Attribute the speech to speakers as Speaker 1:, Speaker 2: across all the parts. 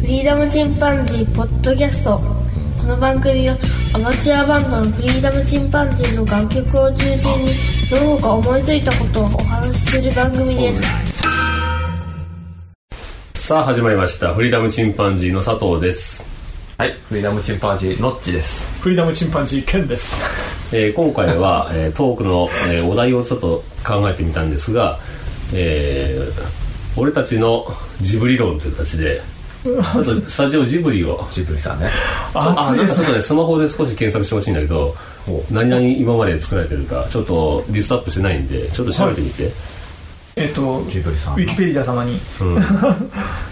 Speaker 1: フリーダムチンパンジーポッドキャストこの番組はアマチュアバンドのフリーダムチンパンジーの楽曲を中心にその他思いついたことをお話しする番組です
Speaker 2: さあ始まりましたフリーダムチンパンジーの佐藤です、
Speaker 3: はい、フリーダムチンパンジー、ノッチです。
Speaker 4: フリーダムチンパンジーケンです
Speaker 2: えー今回 は、えートークの、えーお題をちょっと考えてみたんですが、えー俺たちのジブリ論という形でちょっ とスタジオジブリを
Speaker 3: ジブリさんね。
Speaker 2: あ
Speaker 4: 暑い
Speaker 2: なん
Speaker 4: で
Speaker 2: かち
Speaker 4: す
Speaker 2: ょっとねスマホで少し検索してほしいんだけど
Speaker 3: ほ
Speaker 2: 何々今まで作られてるかちょっとリストアップしてないんでちょっと調べてみて、
Speaker 4: えっとウ
Speaker 3: ジブリさん。
Speaker 4: ィキペディア様に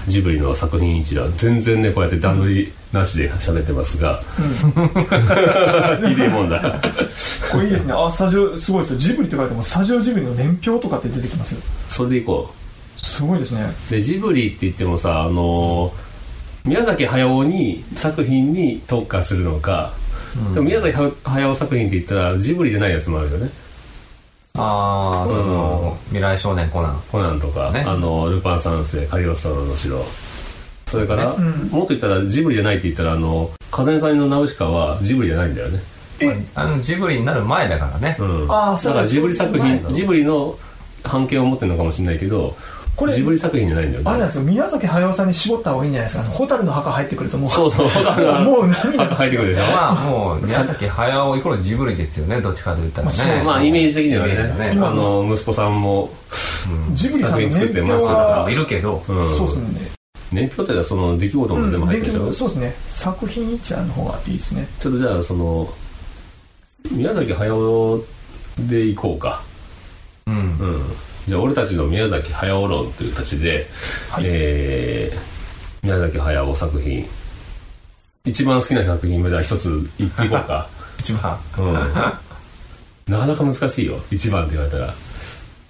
Speaker 2: ジブリの作品一覧全然ねこうやって段取りなしで喋ってますが、 いいでもんだ
Speaker 4: これいいですねあスタジオすごいですよジブリって書いてもスタジオジブリの年表とかって出てきますよ
Speaker 2: それでいこう
Speaker 4: すごいですね
Speaker 2: でジブリって言ってもさあのー宮崎駿に作品に特化するのか、でも宮崎駿作品って言ったらジブリじゃないやつもあるよね
Speaker 3: あー、その、未来少年コナン。
Speaker 2: コナンとか、
Speaker 3: ね
Speaker 2: あのルパン三世カリオストロの城それから、
Speaker 4: ん
Speaker 2: もっと言ったらジブリじゃないって言ったらあの風の谷のナウシカはジブリじゃないんだよね、
Speaker 3: あの、ジブリになる前だからね
Speaker 2: う。ん、
Speaker 4: あーそ
Speaker 2: だ
Speaker 4: う
Speaker 2: か
Speaker 4: だ
Speaker 2: らジブリ作
Speaker 4: そうなん
Speaker 2: 品ジブリの版権を持ってるのかもしれないけど
Speaker 4: これ
Speaker 2: ジブリ作品じゃないんだよね
Speaker 4: あれじゃないですか宮崎駿さんに絞った方がいいんじゃないですかあの蛍の墓入ってくるともう
Speaker 2: そうそう
Speaker 4: もう
Speaker 2: なん
Speaker 4: 涙
Speaker 2: か入ってくるでしょ
Speaker 3: まあ、もう、宮崎駿イコールジブリですよね、どっちかと言ったら
Speaker 4: そう
Speaker 3: ね。
Speaker 2: まあイメージ的にはね
Speaker 3: イメージだ
Speaker 2: あの息子さんも
Speaker 4: ジブリさんの
Speaker 2: 作品作
Speaker 4: 年
Speaker 2: って
Speaker 4: 表
Speaker 2: ます
Speaker 3: まあ
Speaker 4: はい
Speaker 3: るけど、
Speaker 2: うん
Speaker 4: そうですね
Speaker 2: 年表っていうのはその出来事も全部入ってるでしょ、
Speaker 4: そうですね作品一覧の方がいいですね
Speaker 2: ちょっとじゃあその宮崎駿で行こうか
Speaker 3: うん。
Speaker 2: うんじゃあ俺たちの宮崎駿論という形で、
Speaker 4: はい
Speaker 2: えー宮崎駿作品一番好きな作品までは一つ言っていこうか、
Speaker 3: 一番。
Speaker 2: うん、なかなか難しいよ一番って言われたら
Speaker 3: う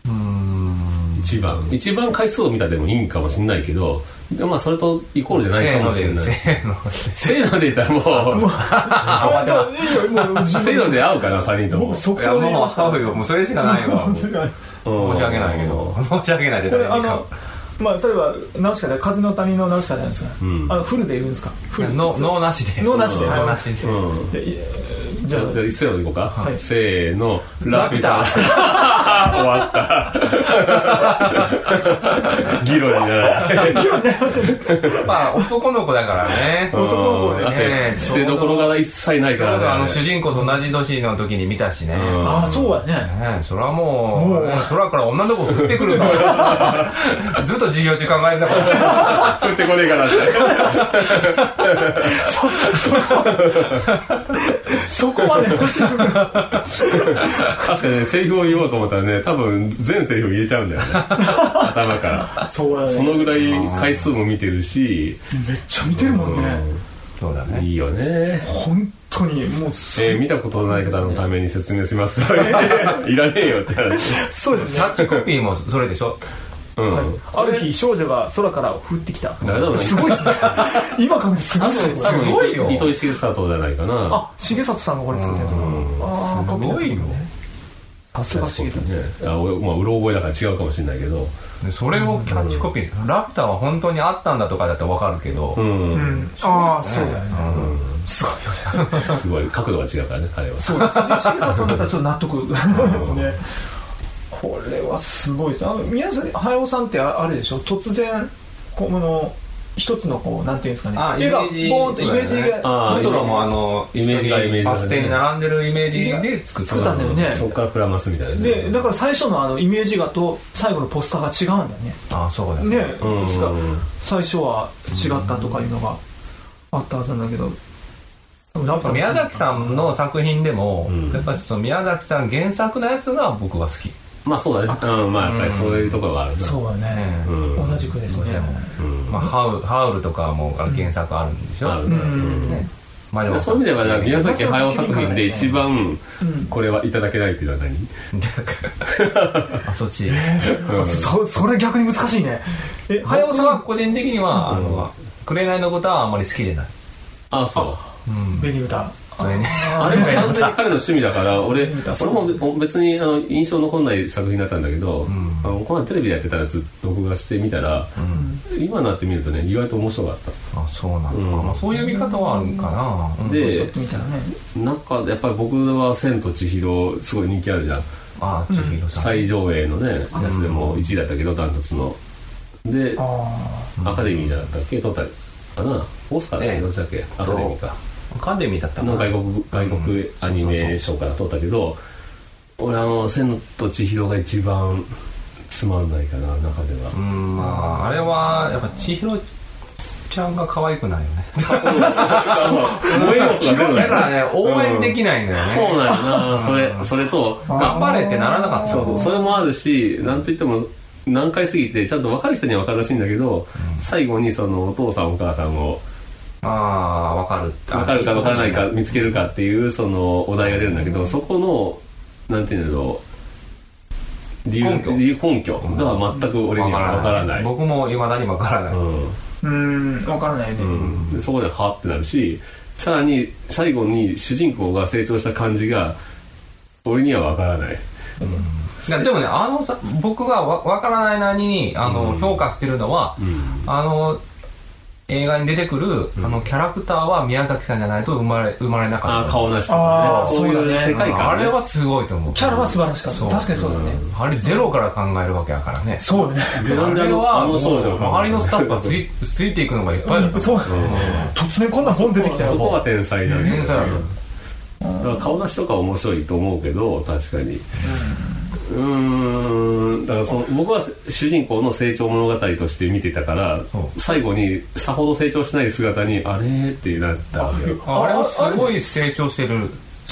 Speaker 3: ーん。
Speaker 2: 一番一番回数を見たでもいいんかもしれないけどでもまあそれとイコールじゃないかもしれない
Speaker 3: せーの。
Speaker 2: せーので言ったらもう
Speaker 4: あじゃあいいよもうジブ
Speaker 2: せ
Speaker 4: リ
Speaker 2: ーので合うかな3人とも
Speaker 4: 僕即
Speaker 3: いや、
Speaker 4: 答で言い
Speaker 3: もう、
Speaker 4: ますか
Speaker 3: ハうよ。もう、それしかない わ。
Speaker 4: ら
Speaker 3: もう申し訳ないけど。申し訳ないで、
Speaker 4: これあ
Speaker 3: 誰にか
Speaker 4: の。まあ例えばナウシカで風の谷のナウシカじゃないですか、
Speaker 2: ん
Speaker 4: あのフルで言うんですかフル
Speaker 3: の脳なしで。
Speaker 4: 脳なしで
Speaker 3: 脳なしで。
Speaker 2: うん
Speaker 4: でいや
Speaker 2: じ
Speaker 4: じゃ
Speaker 2: ゃ
Speaker 4: あ
Speaker 2: あ、じゃあせーのでいこうか。
Speaker 4: い
Speaker 2: せーの、
Speaker 3: ラピュタ
Speaker 2: ラピュタ 終わった。議論にならない。
Speaker 3: まあ、男の子だからね。
Speaker 4: 男の子です
Speaker 3: ね
Speaker 2: うん捨てどころが一切ない
Speaker 3: ち
Speaker 2: か
Speaker 3: ょうどあ
Speaker 2: ら
Speaker 3: の
Speaker 2: ね。
Speaker 3: 主人公と同じ年の時に見たしね。
Speaker 2: ん
Speaker 4: ああそうやね
Speaker 3: ねえそれはもう、
Speaker 4: もう
Speaker 3: ね空から女の子降って くるんですよずっと授業中考えてたから。
Speaker 2: 降ってこねえからって。
Speaker 4: そこまで
Speaker 2: 確かにね、セリフを言おうと思ったらね、多分全セリフ言えちゃうん だよね。頭から。
Speaker 4: そうやね
Speaker 2: そのぐらい回数も見てるし。
Speaker 4: めっちゃ見てるもんね、
Speaker 3: そうだ
Speaker 2: うん。いいよね。
Speaker 4: 本当にもうそ,、
Speaker 2: えー見たことのない方のために説明します。 いらねえよって話。
Speaker 4: そうですね
Speaker 3: タッチコピーもそれでしょ
Speaker 2: うん。
Speaker 4: ある日少女が空から降ってきた
Speaker 2: だから多分ね
Speaker 4: すごいっすね今考えてすごいっすね
Speaker 2: 多分
Speaker 3: すごいよ
Speaker 2: 糸糸井重里じゃないかな。
Speaker 4: あ重里さんがこれ作ってるんですかああ
Speaker 3: すごいよ。
Speaker 4: さすが重里
Speaker 2: ね。あ、俺、まあ、うろ覚えだから違うかもしれないけど。
Speaker 3: でそれをキャッチコピー。ラピュタは本当にあったんだとかだったらわかるけど、
Speaker 2: うん。
Speaker 4: うんああそうだよねすごいよね
Speaker 2: すごい、角度が違うからね、彼は。
Speaker 4: そうです。審査さんだったらちょっと納得ですね。 これはすごいです。あの宮崎駿さんってああれでしょ。突然この一つのこうなんていうんですか
Speaker 3: あ
Speaker 4: ね。絵がボ
Speaker 3: イメージ
Speaker 4: ーンとイメージ
Speaker 2: あ
Speaker 4: が
Speaker 3: レ
Speaker 2: ー
Speaker 3: トロもあの、
Speaker 2: イメージがイメージが
Speaker 3: パステに並んでるイメージで作った。
Speaker 4: 作ったんだよね。
Speaker 2: そこからプラマスみたいなね。
Speaker 4: でだから最初のあのイメージ画と最後のポスターが違うんだよね。
Speaker 3: ああ、そうだ
Speaker 4: ね、
Speaker 2: うん
Speaker 4: 確か最初は違ったとかいうのがあったはずなんだけど。ラピュタ
Speaker 3: 宮崎さんの作品でも、
Speaker 2: うん
Speaker 3: やっぱりその宮崎さん原作のやつが僕は好き。
Speaker 2: まあそうだね。うん、まあやっぱりそういうところがあるな。
Speaker 4: そうだね。
Speaker 2: うん
Speaker 4: 同じくですね
Speaker 3: で。も
Speaker 2: うん。
Speaker 3: まあ、ハウハウルとかもあの原作あるんでしょ、
Speaker 2: あるな
Speaker 4: うん
Speaker 2: うん
Speaker 3: ねまあでも
Speaker 2: そういう意味では、宮崎駿作品で一番
Speaker 4: うん、
Speaker 2: これはいただけないっていうのは何
Speaker 3: あそっち
Speaker 2: うん
Speaker 4: そそれ逆に難しいねえ
Speaker 3: 駿さ
Speaker 4: 駿さ
Speaker 3: ん
Speaker 4: ん
Speaker 3: は
Speaker 4: は
Speaker 3: 個人的には「あ
Speaker 2: うん
Speaker 3: の紅の豚」はあんまり好きでない、
Speaker 2: あ、そう。
Speaker 3: うん
Speaker 4: 紅豚あ
Speaker 3: それね
Speaker 2: あ れも完全に彼の趣味だから俺
Speaker 4: 見た
Speaker 2: 俺も別にあの印象残んない作品だったんだけど、
Speaker 3: ん
Speaker 2: あのこの前テレビでやってたらずっと録画してみたら、今になってみるとね意外と面白かっ
Speaker 3: あそうなんだ、
Speaker 2: うん
Speaker 3: あまあ、そういう見方はあるかな、
Speaker 2: た
Speaker 3: で
Speaker 4: 年取
Speaker 2: で
Speaker 4: ってみたらね
Speaker 2: なんかやっぱり僕は「千と千尋」すごい人気あるじゃん
Speaker 3: あ千尋さん、
Speaker 2: 最上映のねやつでも1位だったけどダントツので
Speaker 4: あ
Speaker 2: アカデミーだったっけ取ったかなオスカーだっ
Speaker 3: え
Speaker 2: け
Speaker 3: え
Speaker 2: どっちだっけアカデミーか
Speaker 3: カデミーだったか
Speaker 2: の
Speaker 3: な
Speaker 2: 外国外国アニメ賞から取ったけど、俺あの「千と千尋」が一番つまんないかな中では
Speaker 3: う、んまああれはやっぱ千尋ちゃんが可愛くないよね
Speaker 2: 燃え要素が
Speaker 3: だ
Speaker 2: 出るね
Speaker 3: からね応援できないんだよね、
Speaker 2: そうなんやなそれそれと
Speaker 3: 頑張れってならなかった
Speaker 2: そうそうそれもあるしなんといっても難解すぎてちゃんと分かる人には分かるらしいんだけど、最後にそのお父さんお母さんを
Speaker 3: ああわかる
Speaker 2: 分かるか分からないか見つけるかっていうそのお題が出るんだけど、そこのなんていうんだろう理由
Speaker 3: 根拠
Speaker 2: 理由根拠が全く俺には分からない、うん
Speaker 3: 僕もいまだにわからない、
Speaker 4: あうんわからないね、
Speaker 2: うんでそこではってなるしさらに最後に主人公が成長した感じが俺には分からない
Speaker 3: いやでもねあのさ僕がわわからないなりにあの、
Speaker 2: うん
Speaker 3: 評価してるのは、あの映画に出てくる、あのキャラクターは宮崎さんじゃないと生まれ生まれなか
Speaker 2: あ
Speaker 3: っ
Speaker 2: ー
Speaker 3: た
Speaker 2: 顔なしと
Speaker 4: あ
Speaker 2: か
Speaker 4: ー
Speaker 2: ねそう
Speaker 4: そう
Speaker 2: い
Speaker 4: だ
Speaker 2: う
Speaker 4: ね
Speaker 2: 世界観、ね、
Speaker 3: あれはすごいと思う
Speaker 4: キャラは素晴らしかった
Speaker 3: そう
Speaker 4: 確かにそうだね、
Speaker 3: あれゼロから考えるわけだからね
Speaker 4: そうだね
Speaker 2: でなんであ
Speaker 3: あれ
Speaker 2: の
Speaker 3: は
Speaker 2: あの少女が
Speaker 3: 周りのスタッフがついついていくのがいっぱいだった
Speaker 4: そうだね突然こんな本出てきた
Speaker 2: そこ
Speaker 4: よ
Speaker 2: は天才だね
Speaker 3: 天才だね
Speaker 2: だから顔なしとか面白いと思うけど確かにうーんだからその僕は主人公の成長物語として見てたから
Speaker 3: そう
Speaker 2: 最後にさほど成長しない姿にあれーってなったわけよ
Speaker 3: あれはすごい成長してる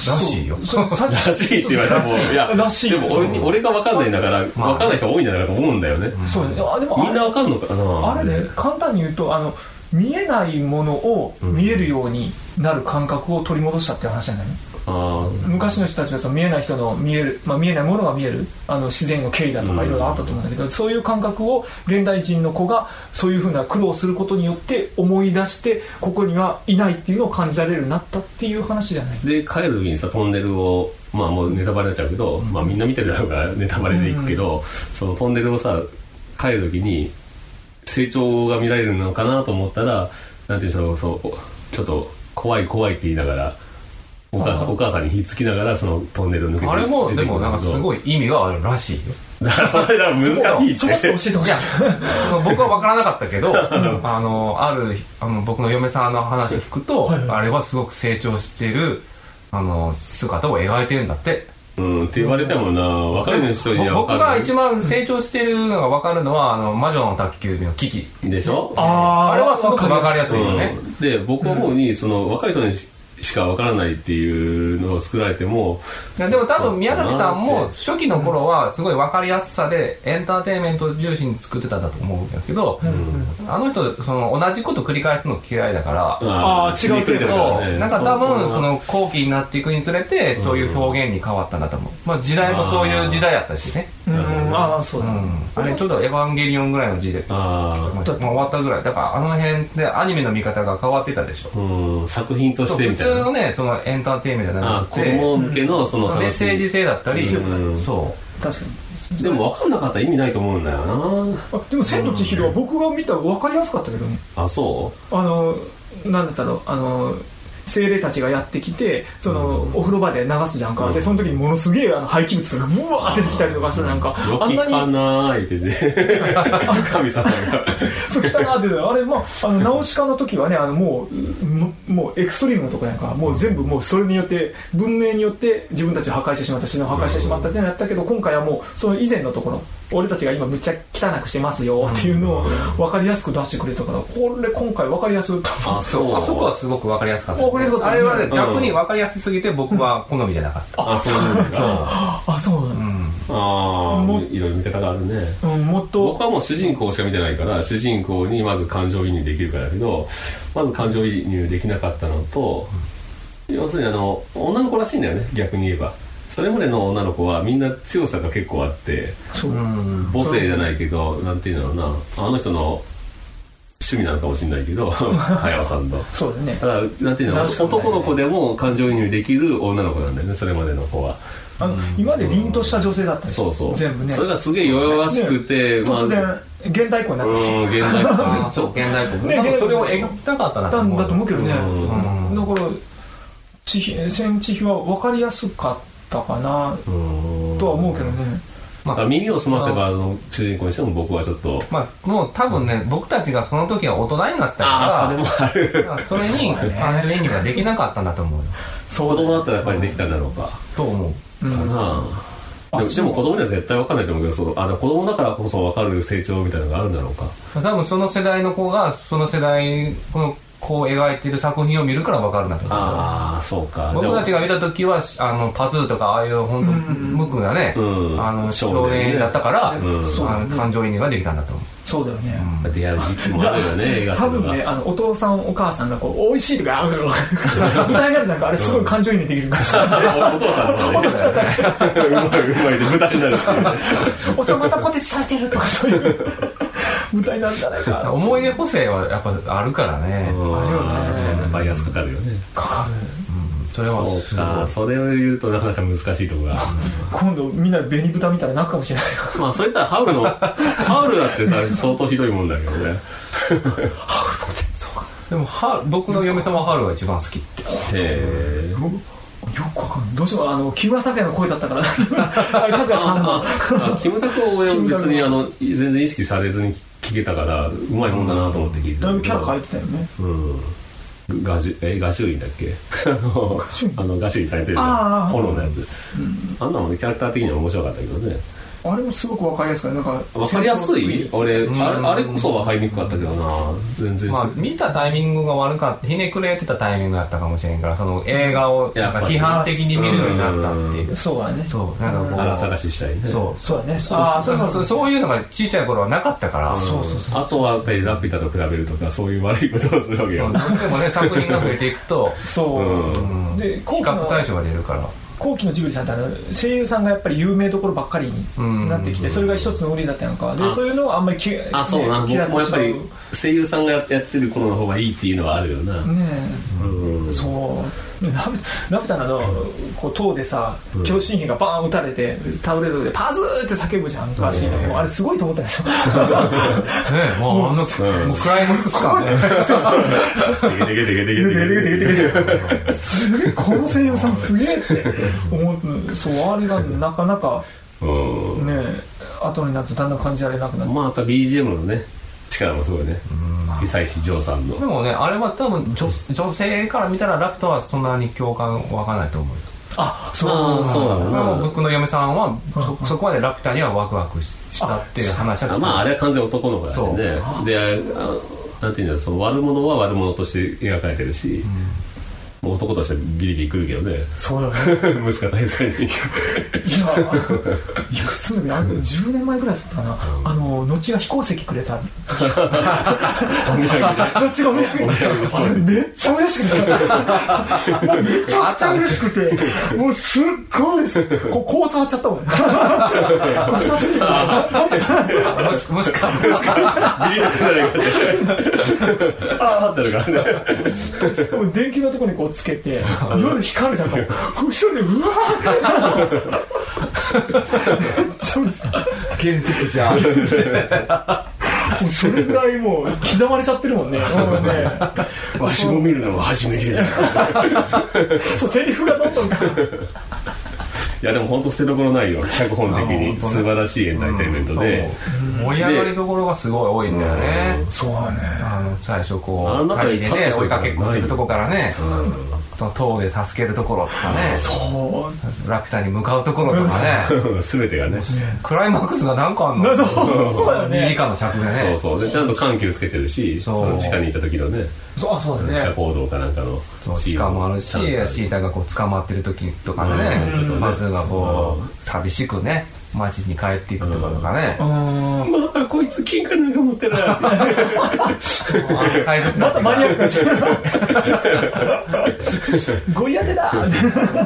Speaker 3: らしいよ
Speaker 4: そうさ っ
Speaker 2: らしいって言われたらもういや
Speaker 4: らしい
Speaker 2: でも俺に俺が分かんないんだから分
Speaker 3: まあ
Speaker 2: かんない人多いんじゃないかと思うんだよね
Speaker 4: きそうだねあでも
Speaker 2: み
Speaker 4: あ
Speaker 2: ん
Speaker 4: れ
Speaker 2: な分かんのかな
Speaker 4: あれね簡単に言うとあの見えないものを見えるようになる感覚を取り戻したっていう話じゃないの
Speaker 2: あー
Speaker 4: 昔の人たちはその見えない人の見える、まあ、見えないものが見えるあの自然の経緯だとかいろいろあったと思うんだけど、そういう感覚を現代人の子がそういうふうな苦労することによって思い出してここにはいないっていうのを感じられるようになったっていう話じゃない
Speaker 2: で帰る時にさトンネルをまあもうネタバレになっちゃうけど、まあみんな見てるだろうからネタバレでいくけど、そのトンネルをさ帰る時に成長が見られるのかなと思ったらなんていうんでしょうそうおちょっと怖い怖いって言いながらお母さんお母さんにひっつきながらそのトンネルを抜けて
Speaker 3: あれもでもなんかす
Speaker 2: い
Speaker 3: ごい意味があるらしいよ
Speaker 2: だから それが難しい
Speaker 4: そこそこ教えてほしい
Speaker 3: 僕は分からなかったけどあのあるあの僕の嫁さんの話聞くと
Speaker 4: はいはい
Speaker 3: あれはすごく成長してるあの姿を描いてるんだって
Speaker 2: うんって言われてもな若い人には
Speaker 3: 僕
Speaker 2: 分か
Speaker 3: が
Speaker 2: る
Speaker 3: 一番成長してるのが分かるのは「あの魔女の宅急便」のキキ
Speaker 2: でしょ
Speaker 4: あ
Speaker 3: あれはすごく分かりやすいよね
Speaker 2: うんで僕は思うにその若い人にししかわからないっていうのを作られても
Speaker 3: いやでも多分宮崎さ
Speaker 2: そ
Speaker 3: ん
Speaker 2: うかな
Speaker 3: も
Speaker 2: って
Speaker 3: 初期の頃はすごい分かりやすさでエンターテインメントを重視に作ってたんだと思うんだけど、あの人その同じこと繰り返すの嫌いだから、
Speaker 4: あー違うけ
Speaker 2: 響い
Speaker 4: ど
Speaker 2: てるから
Speaker 3: そう
Speaker 2: ね
Speaker 3: なんか多分
Speaker 2: う
Speaker 3: その後期になっていくにつれてそういう表現に変わったんだと思う、まあ、時代もそういう時代やったしね
Speaker 4: うんああそう
Speaker 3: う
Speaker 4: だ、
Speaker 3: んあれちょうど「エヴァンゲリオン」ぐらいの時代まあ
Speaker 2: あ
Speaker 3: まあ終わったぐらいだからあの辺でアニメの見方が変わってたでしょ
Speaker 2: ーうん作品とし
Speaker 3: そう
Speaker 2: て
Speaker 3: 普
Speaker 2: みたい
Speaker 3: 通
Speaker 2: な
Speaker 3: のねそのエンターテインメントじゃな
Speaker 2: あー
Speaker 3: く
Speaker 2: 子
Speaker 3: て
Speaker 2: 供向けのその
Speaker 3: メッ
Speaker 2: 楽し
Speaker 3: セージ
Speaker 2: み
Speaker 3: 性だったり
Speaker 2: うん
Speaker 3: そう
Speaker 4: 確かに
Speaker 2: でも分かんなかったら意味ないと思うんだよな
Speaker 4: あでも「千と千尋」は僕が見たら分かりやすかったけどね
Speaker 2: あそ
Speaker 4: あのなんだったろうあの精霊たちがやってきてその、お風呂場で流すじゃんか、
Speaker 2: う
Speaker 4: で
Speaker 2: ん
Speaker 4: その時にものすげえあの廃棄物がブワーって出てきたりとかしてなんか、
Speaker 2: うよ
Speaker 4: あん
Speaker 2: き
Speaker 4: なに
Speaker 2: かなーいって ね神様が
Speaker 4: そう汚なってあれまああのナウシカの時はねあのもうももうエクストリームのとこやんかもう全部もうそれによって文明によって自分たちを破壊してしまった自然を破壊してしまったってなったけど今回はもうその以前のところ俺たちが今むっちゃ汚くしてますよっていうのを分かりやすく出してくれたからこれ今回分かりやすく
Speaker 2: あそう
Speaker 3: あそこはすごく分かりやすかった
Speaker 4: わかりやすかった
Speaker 3: あれはね
Speaker 4: うん
Speaker 3: 逆に分かりやすすぎて僕は好みじゃなかった
Speaker 2: あそうなんだ
Speaker 4: あそうな
Speaker 3: う
Speaker 4: の、
Speaker 3: ん
Speaker 2: あ
Speaker 4: も
Speaker 2: あいろいろ見方があるね
Speaker 4: うん、もっと
Speaker 2: 僕はもう主人公しか見てないから主人公にまず感情移入できるからだけどまず感情移入できなかったのと、要するにあの女の子らしいんだよね逆に言えばそれまでの女の子はみんな強さが結構あって
Speaker 4: そう
Speaker 3: うん
Speaker 2: 母性じゃないけどなんていうんだろうなあの人の趣味なのかもしれないけ ど早尾さんの
Speaker 4: そうだね
Speaker 2: ただなんていうの
Speaker 4: なるしかない
Speaker 2: 男の子でも感情移入できる女の子なんだよねそれまでの子は
Speaker 4: あの今まで凛とした女性だったね
Speaker 2: そうそう
Speaker 4: 全部ね
Speaker 2: それがすげえ弱々しくて、
Speaker 4: ね突
Speaker 2: あ
Speaker 4: 然現代婚にな
Speaker 2: う
Speaker 4: って
Speaker 2: ん現代っぽい
Speaker 3: あ
Speaker 2: ね
Speaker 3: ーそう現代国
Speaker 4: ね
Speaker 3: 多分それを描きたかったな
Speaker 4: たんだと思うけどね、
Speaker 3: うん
Speaker 4: だから千尋千千尋は分かりやすかったかな
Speaker 2: うん
Speaker 4: とは思うけどね、
Speaker 2: だから耳を澄ませばあの主人公にしても僕はちょっと
Speaker 3: まあもう多分ね僕たちがその時は大人になって
Speaker 2: ー
Speaker 3: たか
Speaker 2: それもある
Speaker 3: らそれにパネル演技ができなかったんだと思うよ
Speaker 2: 子供だったらやっぱりできたんだろうか、
Speaker 3: と思う
Speaker 4: うん
Speaker 2: かなあでもでも子供には絶対分かんないと思うけどそうあでも子供だからこそ分かる成長みたいなのがあるんだろうか
Speaker 3: 多分その世代の子がその世代この子を描いている作品を見るから分かるんだと思う
Speaker 2: ああそうか
Speaker 3: 僕たち
Speaker 2: が
Speaker 3: が見た時はあのパズーとかああいう本当無垢なね、
Speaker 2: うん
Speaker 3: あの
Speaker 2: 少
Speaker 3: 少
Speaker 2: 年ね
Speaker 3: 年だったから、
Speaker 2: うん
Speaker 3: あの感情移入ができたんだと思う
Speaker 4: そうだよね、
Speaker 2: 出会う時期もあるよね映画
Speaker 4: 多
Speaker 2: と
Speaker 4: 分
Speaker 2: か
Speaker 4: ね、あの、お父さん、お母さんが、こう、美味しいとか、あの、歌いながらなんか、あれ、すごい感情移入できるから
Speaker 2: おお父さんのね うまいうまいで豚になるっていうね
Speaker 4: お父さん、またポテチ食べてるとか、そういう、歌いなんじゃないかな。
Speaker 3: 思い出補正はやっぱあるからね、
Speaker 2: うん
Speaker 4: あるよね
Speaker 2: そうねバイアスかかるよね
Speaker 4: かかる。
Speaker 3: それは
Speaker 2: そうかそれを言うとなかなか難しいところがある
Speaker 4: 今度、みんな紅豚みたいになるかもしれないよ。
Speaker 2: まあそれとはハウルのハウルだってさ相当ひどいもんだけどね
Speaker 3: でもは僕の嫁様は春が一番好きって
Speaker 2: へえ
Speaker 4: よくわかんない。どうしよう、あの、木村拓哉の声だっ たから。あれ、拓哉さんの。
Speaker 2: あキムタクを俺は別
Speaker 4: キム
Speaker 2: に
Speaker 4: タク
Speaker 2: あの全然意識されずに聞けたからうまいもんだなと思って聞いてた
Speaker 4: だいぶキャラ変えてたよね。
Speaker 2: うんガジュえガジュウインだっけあの
Speaker 4: ジュウイン
Speaker 2: あのガシュウインされてる
Speaker 4: ああ
Speaker 2: 炎のやつあんなもんねキャラクター的には面白かったけどね
Speaker 4: あれもすごくわかりやすくなんか、
Speaker 2: わかりやすい俺
Speaker 3: うん
Speaker 2: あれあれこそわかりにくかったけどな全然
Speaker 3: まあ、見たタイミングが悪かったひねくれてたタイミングだったかもしれんからその映画をなんか批判的に見るようになったっていう
Speaker 4: そうだね。
Speaker 3: そうなんかこう
Speaker 2: あら探ししたいね
Speaker 3: そう
Speaker 4: そうだね。
Speaker 3: ああ
Speaker 4: ー
Speaker 3: そうそうそうそういうのが小さい頃はなかったから
Speaker 4: そうそうそう。
Speaker 2: あとはやっぱりラピュタと比べるとかそういう悪いことをするわけ
Speaker 3: ど
Speaker 2: よ
Speaker 3: うしてもね 作品が増えていくと
Speaker 4: そう。
Speaker 3: うん
Speaker 4: で
Speaker 3: 比較対象が出るから
Speaker 4: 後期のジブリさんってあの声優さんがやっぱり有名どころばっかりになってきてそれが一つの売りだったやんかで
Speaker 2: あ
Speaker 4: そういうのをあんまりき
Speaker 2: あそうな僕
Speaker 4: ね嫌
Speaker 2: もやっぱり
Speaker 4: ね
Speaker 2: 声優さんがやってる頃の方がいいっていうのはあるよな
Speaker 4: え
Speaker 2: うん
Speaker 4: そうでラブラピュタなどこう塔でさ強心兵がバーン撃たれて倒れるとでパズーって叫ぶじゃんかしいんだけどあれすごいと思ったでしょ
Speaker 3: ねもう
Speaker 2: う
Speaker 3: あの
Speaker 2: ん
Speaker 3: もうクライマックス感
Speaker 2: で
Speaker 3: ね
Speaker 2: けでけでけでけでけでけでけ
Speaker 4: すげえ この声優さんすげえって思うそうあれがなかなか
Speaker 2: うん
Speaker 4: ね後になるとだんだん感じられなくなって
Speaker 2: まあやっぱ BGM のね力もすごいね久石譲さんの
Speaker 3: でもねあれは多分女女性から見たらラプトはそんなに共感湧かないと思う
Speaker 4: あそう
Speaker 2: ああそうだろう
Speaker 3: もう
Speaker 2: な
Speaker 3: 僕の嫁さんはそそこまでラピュタにはワクワクししたっていう話は聞
Speaker 2: あ
Speaker 3: いた
Speaker 2: まああれは完全に男の子だよねであなんていうんだろうその悪者は悪者として描かれてるし、もう男としてビリビリくるけど ね
Speaker 4: そうだね
Speaker 2: 息子大佐に
Speaker 4: 今いくつの時あの10年前ぐらいだったかな、あののちが飛行石くれたのちがお土産あれめっちゃ嬉しくてめちゃくちゃ嬉しくてもうすっごい嬉しくてこうこう触っちゃったもんねこう触ってる
Speaker 3: あ息子息子
Speaker 2: ビリッとじゃないかってああってなるからね
Speaker 4: しかも電球のところにこうつけて夜光るじゃんか後ろでうわーめっちゃ嬉しい
Speaker 3: 原石じゃん
Speaker 4: もうそれぐらいもう刻まれちゃってるもんねもうね
Speaker 2: わしも見るのは初めてじゃん い
Speaker 4: そうセリフがどんどん
Speaker 2: やでも本当捨てどころないよ脚本的
Speaker 3: あ本
Speaker 2: に
Speaker 3: 当ね
Speaker 2: 素晴らしいエンターテインメントで、
Speaker 3: 盛り上がりどころがすごい多いんだよね
Speaker 4: そうだね
Speaker 3: あの最初
Speaker 2: あ
Speaker 3: こ
Speaker 2: の
Speaker 3: う
Speaker 2: 中
Speaker 3: 狩
Speaker 2: に
Speaker 3: りでね追いかけっこするとこからね
Speaker 2: うん
Speaker 3: その塔で助けるところとかね
Speaker 4: そう
Speaker 3: ラピュタに向かうところとかね
Speaker 2: 全てがね
Speaker 3: クライマックスが何かあんの
Speaker 4: そうそうだ
Speaker 3: 2
Speaker 4: よ
Speaker 3: 時
Speaker 4: ね
Speaker 3: 間の尺で
Speaker 2: そう
Speaker 3: ね
Speaker 2: そうでちゃんと緩急つけてるし
Speaker 3: そ
Speaker 2: そうの地下にいた時のね
Speaker 4: そうあそう
Speaker 2: 地
Speaker 4: だ
Speaker 2: 下
Speaker 4: よね
Speaker 2: 行動かなんかの
Speaker 3: そう地下もあるし
Speaker 2: シーンを
Speaker 3: シータがこう捕まってる時とかでね
Speaker 2: うんちょっとね
Speaker 3: まずがこう寂しくね街に帰っていくところとかね
Speaker 4: うーん
Speaker 2: まあこいつ金貨なんか持ってる な
Speaker 3: あの海賊
Speaker 4: ま
Speaker 3: た
Speaker 4: た
Speaker 3: ち
Speaker 4: マニアック
Speaker 3: が
Speaker 4: なしゴリ当てだ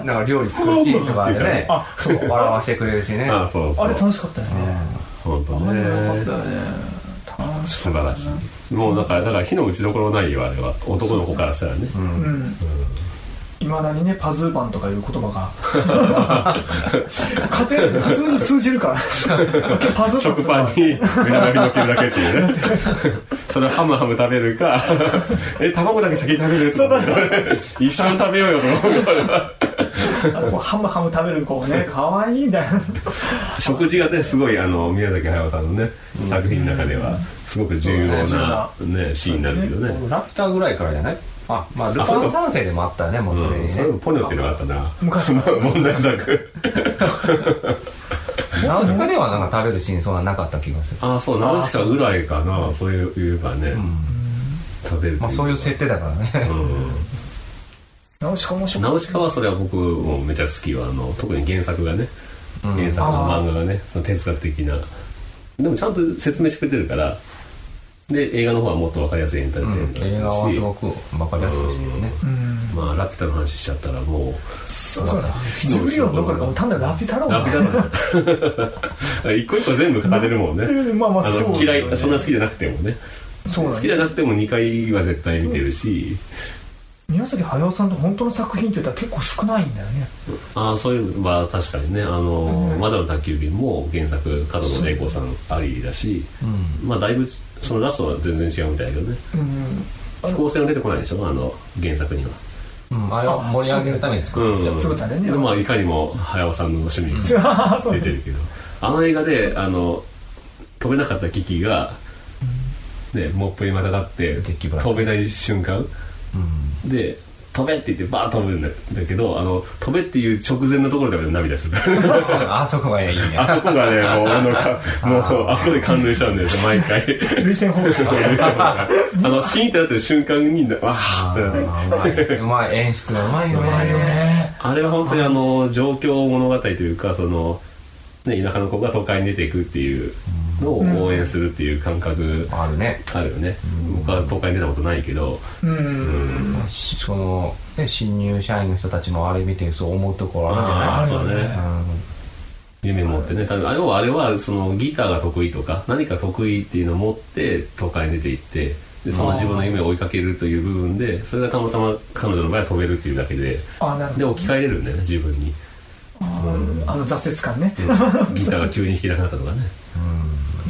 Speaker 3: なんか料理作るシーンとかでね
Speaker 4: あそう
Speaker 3: 笑わせてくれるしね
Speaker 2: ああそうそう
Speaker 4: あれ楽しかったよね
Speaker 2: 本当
Speaker 4: あれよかっ
Speaker 2: ね
Speaker 4: たよね楽し
Speaker 2: 素晴らしいもうだからだから火の打ちどころないよあれは男の子からしたらね
Speaker 4: うんいまだにねパズーパンとかいう言葉が家庭で普通に通じるからパズー
Speaker 2: 食パンに目玉焼きのっけるだけっていう ねそれをハムハム食べるかえ卵だけ先に食べるって
Speaker 4: そうそう
Speaker 2: 一緒に食べようよと思うから
Speaker 4: あのこうハムハム食べる子ね可愛いんだよ
Speaker 2: 食事がねすごいあの宮崎駿さんのね作品の中ではすごく重要な、ね、シーンになるけどね
Speaker 3: ラピュタぐらいからじゃないあまあル
Speaker 2: あそ
Speaker 3: パ
Speaker 2: うか
Speaker 3: ン三世でもあったねもうそれに
Speaker 2: うん、
Speaker 3: ね
Speaker 2: それもポニョっていうのがあったな
Speaker 4: 昔も
Speaker 2: 問題作
Speaker 3: ナウシカではなんか食べるシーンそんななかった気がする
Speaker 2: ああそうナウシカぐらいかなそういう言えばね、食べる
Speaker 3: まあそういう設定だからね
Speaker 2: う
Speaker 4: ナウシカ面白
Speaker 2: ん、
Speaker 4: い
Speaker 2: ナウシカはそれは僕もめちゃ好きよあの特に原作がね
Speaker 3: うん
Speaker 2: 原作の漫画がねその哲学的なでもちゃんと説明してくれてるからで映画の方はもっと分かりやすいエンターテインメント
Speaker 3: 映
Speaker 2: だったし、
Speaker 3: 画はすごく分かりやすくしてるね
Speaker 4: うん
Speaker 2: まあラピュタの話しちゃったらもう
Speaker 4: そうだジブリオンどころかもう単なるラピュタだもん
Speaker 2: ラピュタだな 一個一個全部語れるもんね
Speaker 4: まあまあ
Speaker 2: あ
Speaker 4: そう
Speaker 2: の
Speaker 4: だよね
Speaker 2: 嫌いそんな好きじゃなくてもね
Speaker 4: そう
Speaker 2: 好
Speaker 4: なん
Speaker 2: きじ
Speaker 4: だ
Speaker 2: ゃなくても2回は絶対見てるし、
Speaker 4: 宮崎駿さんの本当の作品って言ったら結構少ないんだよね
Speaker 2: ああそういうのは確かにね「あの魔女の宅急便」も原作角野玲子さんありだし、まあだいぶそのラストは全然違うみたいだけどね
Speaker 4: うん
Speaker 2: 飛行船は出てこないでしょあの原作には
Speaker 3: うんあれを盛り上げるために作っちゃう
Speaker 4: つぶたね
Speaker 2: でまあいかにも早尾さんの趣味に
Speaker 4: そうだ
Speaker 2: 出てるけどあの映画であの飛べなかったキキが、ね、モップにまたがって
Speaker 3: 激ブラ
Speaker 2: 飛べない瞬間
Speaker 3: うん
Speaker 2: で飛べって言ってバーッ飛ぶんだだけどあの飛べっていう直前のところで俺涙する
Speaker 3: あそこがねいいね
Speaker 2: あそこがねもう俺のかもうあそこで感動しちゃうんですよ毎 回
Speaker 4: 涙腺崩壊
Speaker 2: あのシーンってなってる瞬間にわーってなって
Speaker 3: あうまいうまい演出がうまいよ
Speaker 4: うまいよ
Speaker 3: ね
Speaker 4: ね
Speaker 2: あれは本当にあの状況物語というかその、ね、田舎の子が都会に出ていくっていうのを応援するっていう感覚
Speaker 3: あるね
Speaker 2: あるよね、僕は都会に出たことないけど、
Speaker 4: うん
Speaker 3: そのね新入社員の人たちもあれ見てそう思うところあ
Speaker 2: ああ
Speaker 3: るんじ
Speaker 2: そ
Speaker 3: ゃ
Speaker 2: う
Speaker 3: ない
Speaker 2: ね夢持ってね多分あ要はあれはそのギターが得意とか何か得意っていうのを持って都会に出ていってでその自分の夢を追いかけるという部分でそれがたまたま彼女の場合は飛べるっていうだけで
Speaker 4: あなるほ
Speaker 2: で
Speaker 4: ど
Speaker 2: 置き換えれるんだよね自分 に
Speaker 4: あの挫折感ね
Speaker 2: ギターが急に弾けなくなったとかね